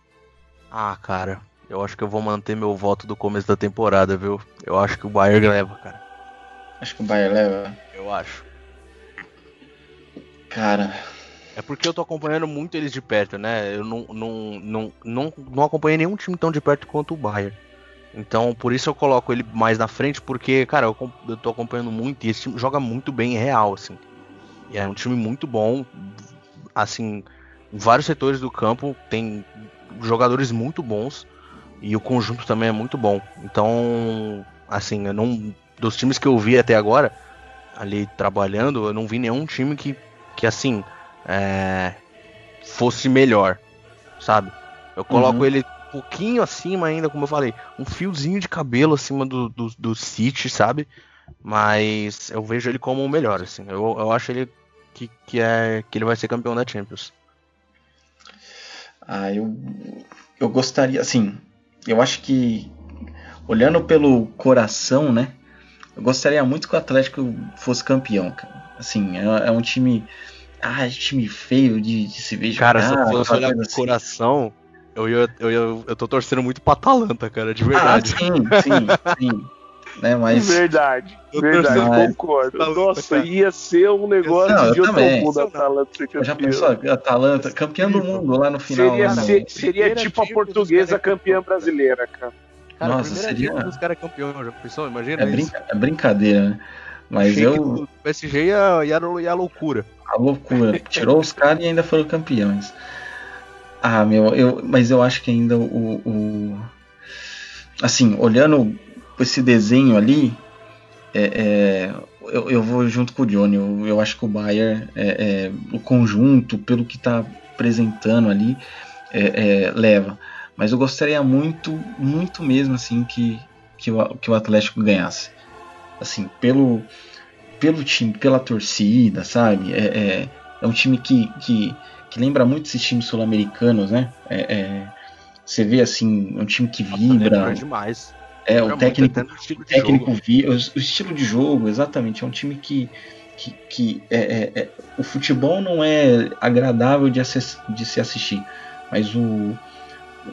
D: Ah, cara. Eu acho que eu vou manter meu voto do começo da temporada, viu? Eu acho que o Bayern leva, cara.
B: Acho que o Bayern leva.
D: Eu acho.
B: Cara,
D: É porque eu tô acompanhando muito eles de perto, né? Eu não, não, não, não, não acompanhei nenhum time tão de perto quanto o Bayern. Então, por isso eu coloco ele mais na frente, porque, cara, eu, com- eu tô acompanhando muito e esse time joga muito bem em real, assim. E é um time muito bom, assim, em vários setores do campo, tem jogadores muito bons e o conjunto também é muito bom. Então, assim, eu não. Dos times que eu vi até agora, ali trabalhando, eu não vi nenhum time que, que assim, é, fosse melhor, sabe? Eu coloco
B: Uhum.
D: ele um pouquinho acima ainda, como eu falei, um fiozinho de cabelo acima do, do, do City, sabe? Mas eu vejo ele como o melhor, assim. Eu, eu acho ele que, que, é, que ele vai ser campeão da Champions.
B: ah, eu, eu gostaria, assim, eu acho que olhando pelo coração, né? Eu gostaria muito que o Atlético fosse campeão, cara. Assim, é, é um time. Ah, é um time feio de, de se ver
D: Cara, se
B: jogar.
D: eu fosse
B: aquela
D: olhar
B: coisa
D: pro
B: assim.
D: coração, eu, ia, eu, ia, eu tô torcendo muito pra Atalanta, cara, de
B: Ah,
D: é verdade.
B: sim, sim, sim. né? Mas
C: Verdade,
E: Eu
C: verdade,
E: torcendo
B: pro
C: concordo.
E: Atalanta,
C: Nossa,
E: cara.
C: ia ser um negócio
B: Não, eu
C: de outro
B: também.
C: mundo a Atalanta ser
B: já
C: campeã.
B: pensou, Atalanta, campeã do mundo lá no final. né,
C: Seria,
B: lá no-
C: se- seria
E: Primeira
C: tipo a
E: dívida
C: portuguesa
E: dos caras.
C: campeã brasileira, cara.
D: Cara,
B: Ah, Nossa,
D: primeira
B: seria-
D: dívida dos caras é campeão, já pensou? Imagina
B: É,
D: isso.
B: brinca- é brincadeira, né? Mas
D: Achei que
B: eu,
D: o PSG ia, ia, ia a loucura.
B: a loucura, tirou os caras e ainda foram campeões. Ah, meu, eu, mas eu acho que ainda o, o- assim, olhando esse desenho ali, é, é, eu, eu vou junto com o Johnny. Eu, eu acho que o Bayern, é, é, o conjunto, pelo que está apresentando ali, é, é, leva. Mas eu gostaria muito, muito mesmo, assim, que, que, o, que o Atlético ganhasse. Assim, pelo, pelo time, pela torcida, sabe? É, é, é um time que, que, que lembra muito esses times sul-americanos, né? É, é, você vê, assim, é um time que
D: né?
B: vibra.
D: Lembra demais.
B: É, o
D: Lembra muito,
B: técnico,
D: até no estilo de
B: técnico
D: jogo.
B: vi, o, o estilo de jogo, exatamente. É um time que, que, que é, é- é- o futebol não é agradável de, assis- de se assistir, mas o,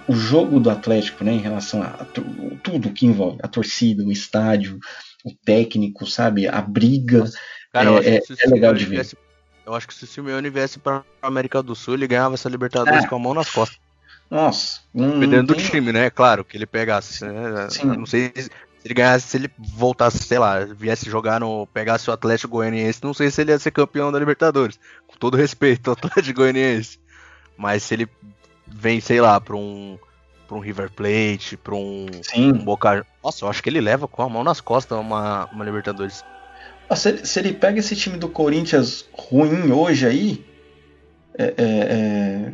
B: o jogo do Atlético, né, em relação a, a tu- tudo que envolve a torcida, o estádio, o técnico, sabe, a briga.
D: Cara, eu acho
B: é-
D: que se o
B: é legal
D: Simeone
B: de ver.
D: viesse- Eu acho que se o Simeone viesse pra América do Sul, ele ganhava essa Libertadores
B: É.
D: com a mão nas costas.
B: Nossa, não, não
D: Dependendo do
B: tem-
D: time, né? Claro, que ele pegasse. né?
B: Uhum. Sim.
D: Não sei se se ele ganhasse, se ele voltasse, sei lá, viesse jogar no. pegasse o Atlético Goianiense, não sei se ele ia ser campeão da Libertadores. Com todo respeito ao Atlético Goianiense. Mas se ele vem, sei lá, pra um. pra um River Plate, pra um. um
B: Sim.
D: Boca. Nossa, eu acho que ele leva com a mão nas costas uma, uma Libertadores.
B: Ah, Se ele, se ele pega esse time do Corinthians ruim hoje aí, é- é- é,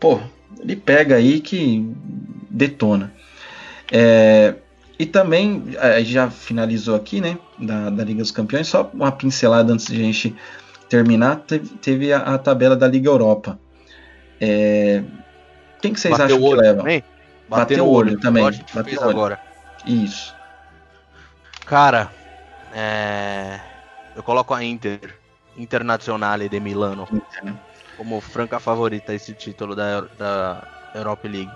B: pô, ele pega aí que detona. É, e também, é, já finalizou aqui, né, da, da Liga dos Campeões, só uma pincelada antes de a gente terminar, teve, teve a, a tabela da Liga Europa. É, quem que vocês acham que leva?
D: também?
B: Bateu o olho também,
D: igual a gente
B: bateu
D: fez
B: o olho.
D: agora.
B: Isso.
D: Cara, é, eu coloco a Inter, Internazionale de Milano, como franca favorita a esse título da, Eu- da Europa League.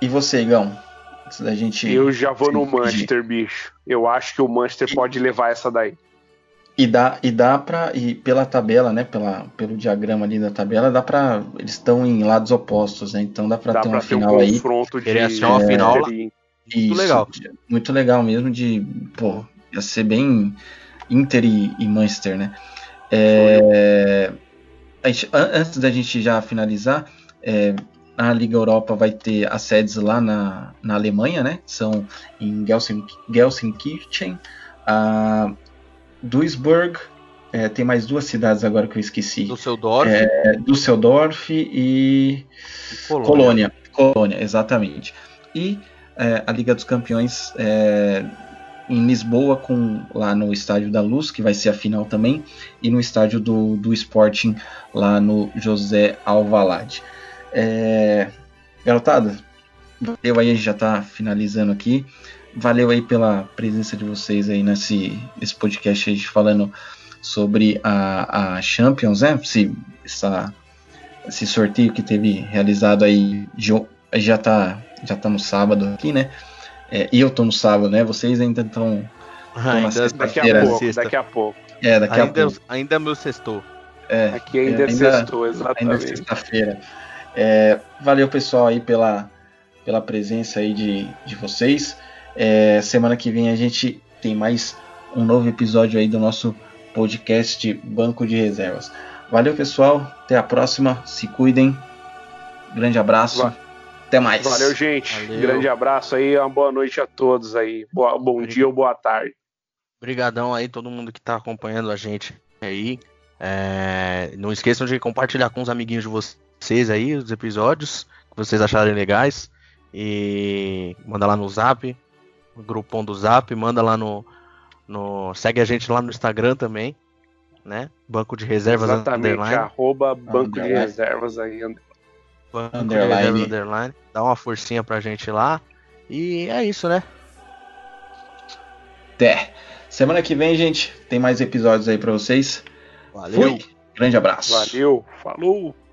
B: E você, Igão? Antes da gente...
C: Eu já vou no
B: Sim.
C: Manchester, bicho. Eu acho que o Manchester pode levar essa daí.
B: E dá, e dá para e pela tabela, né, pela, pelo diagrama ali da tabela, dá para eles estão em lados opostos, né? Então dá para
C: Dá
B: ter uma
C: pra ter um
B: final aí. é,
C: confronto de.
D: Seria assim, uma final lá.
C: de-
B: Muito
D: legal.
B: Muito legal mesmo de, pô, ia ser bem Inter e, e Manchester, né? É, a gente- an- antes da gente já finalizar, é, a Liga Europa vai ter as sedes lá na, na Alemanha, né? São em Gelsen- Gelsenkirchen, a Duisburg, é, tem mais duas cidades agora que eu esqueci,
D: Do seu Dorf
B: é, Düsseldorf e
D: e Colônia.
B: Colônia, Colônia, exatamente. E é, a Liga dos Campeões é, em Lisboa, com lá no Estádio da Luz, que vai ser a final também, e no estádio do, do Sporting, lá no José Alvalade. É, garotada, valeu aí, a gente já tá finalizando aqui. Valeu aí pela presença de vocês aí nesse, nesse podcast, a gente falando sobre a, a Champions, né? Se, essa esse sorteio que teve realizado aí de on- já tá já tá no sábado aqui, né? É, e eu tô no sábado, né? Vocês ainda estão
D: Ainda,
C: Daqui
B: Era
C: a pouco,
D: sexta.
C: daqui a pouco.
B: é daqui a
D: ainda,
B: pouco,
D: ainda meu sextou.
B: é,
C: Aqui ainda é,
B: ainda-
C: sexto,
B: ainda é
C: exatamente.
B: sexta-feira. É, valeu pessoal aí pela pela presença aí de, de vocês. É, semana que vem a gente tem mais um novo episódio aí do nosso podcast Banco de Reservas. Valeu pessoal, até a próxima, se cuidem. Grande abraço.
C: Va-
B: até mais.
C: Valeu, gente.
D: Valeu.
C: Grande abraço aí, uma boa noite a todos aí. Boa- bom dia ou boa tarde.
D: Obrigadão aí todo mundo que tá acompanhando a gente aí. É, não esqueçam de compartilhar com os amiguinhos de vocês aí os episódios que vocês acharem legais e manda lá no Zap, no grupão do Zap, manda lá no, no segue a gente lá no Instagram também, né? Banco de reservas
C: Exatamente,
D: underline,
C: arroba banco de
B: Underline.
C: reservas aí.
D: Banco
B: Underline.
D: de reservas underline, dá uma forcinha pra gente lá e é isso, né?
B: Até. Semana que vem, gente, tem mais episódios aí pra vocês.
D: Valeu.
B: Fui. Grande abraço.
C: Valeu, falou!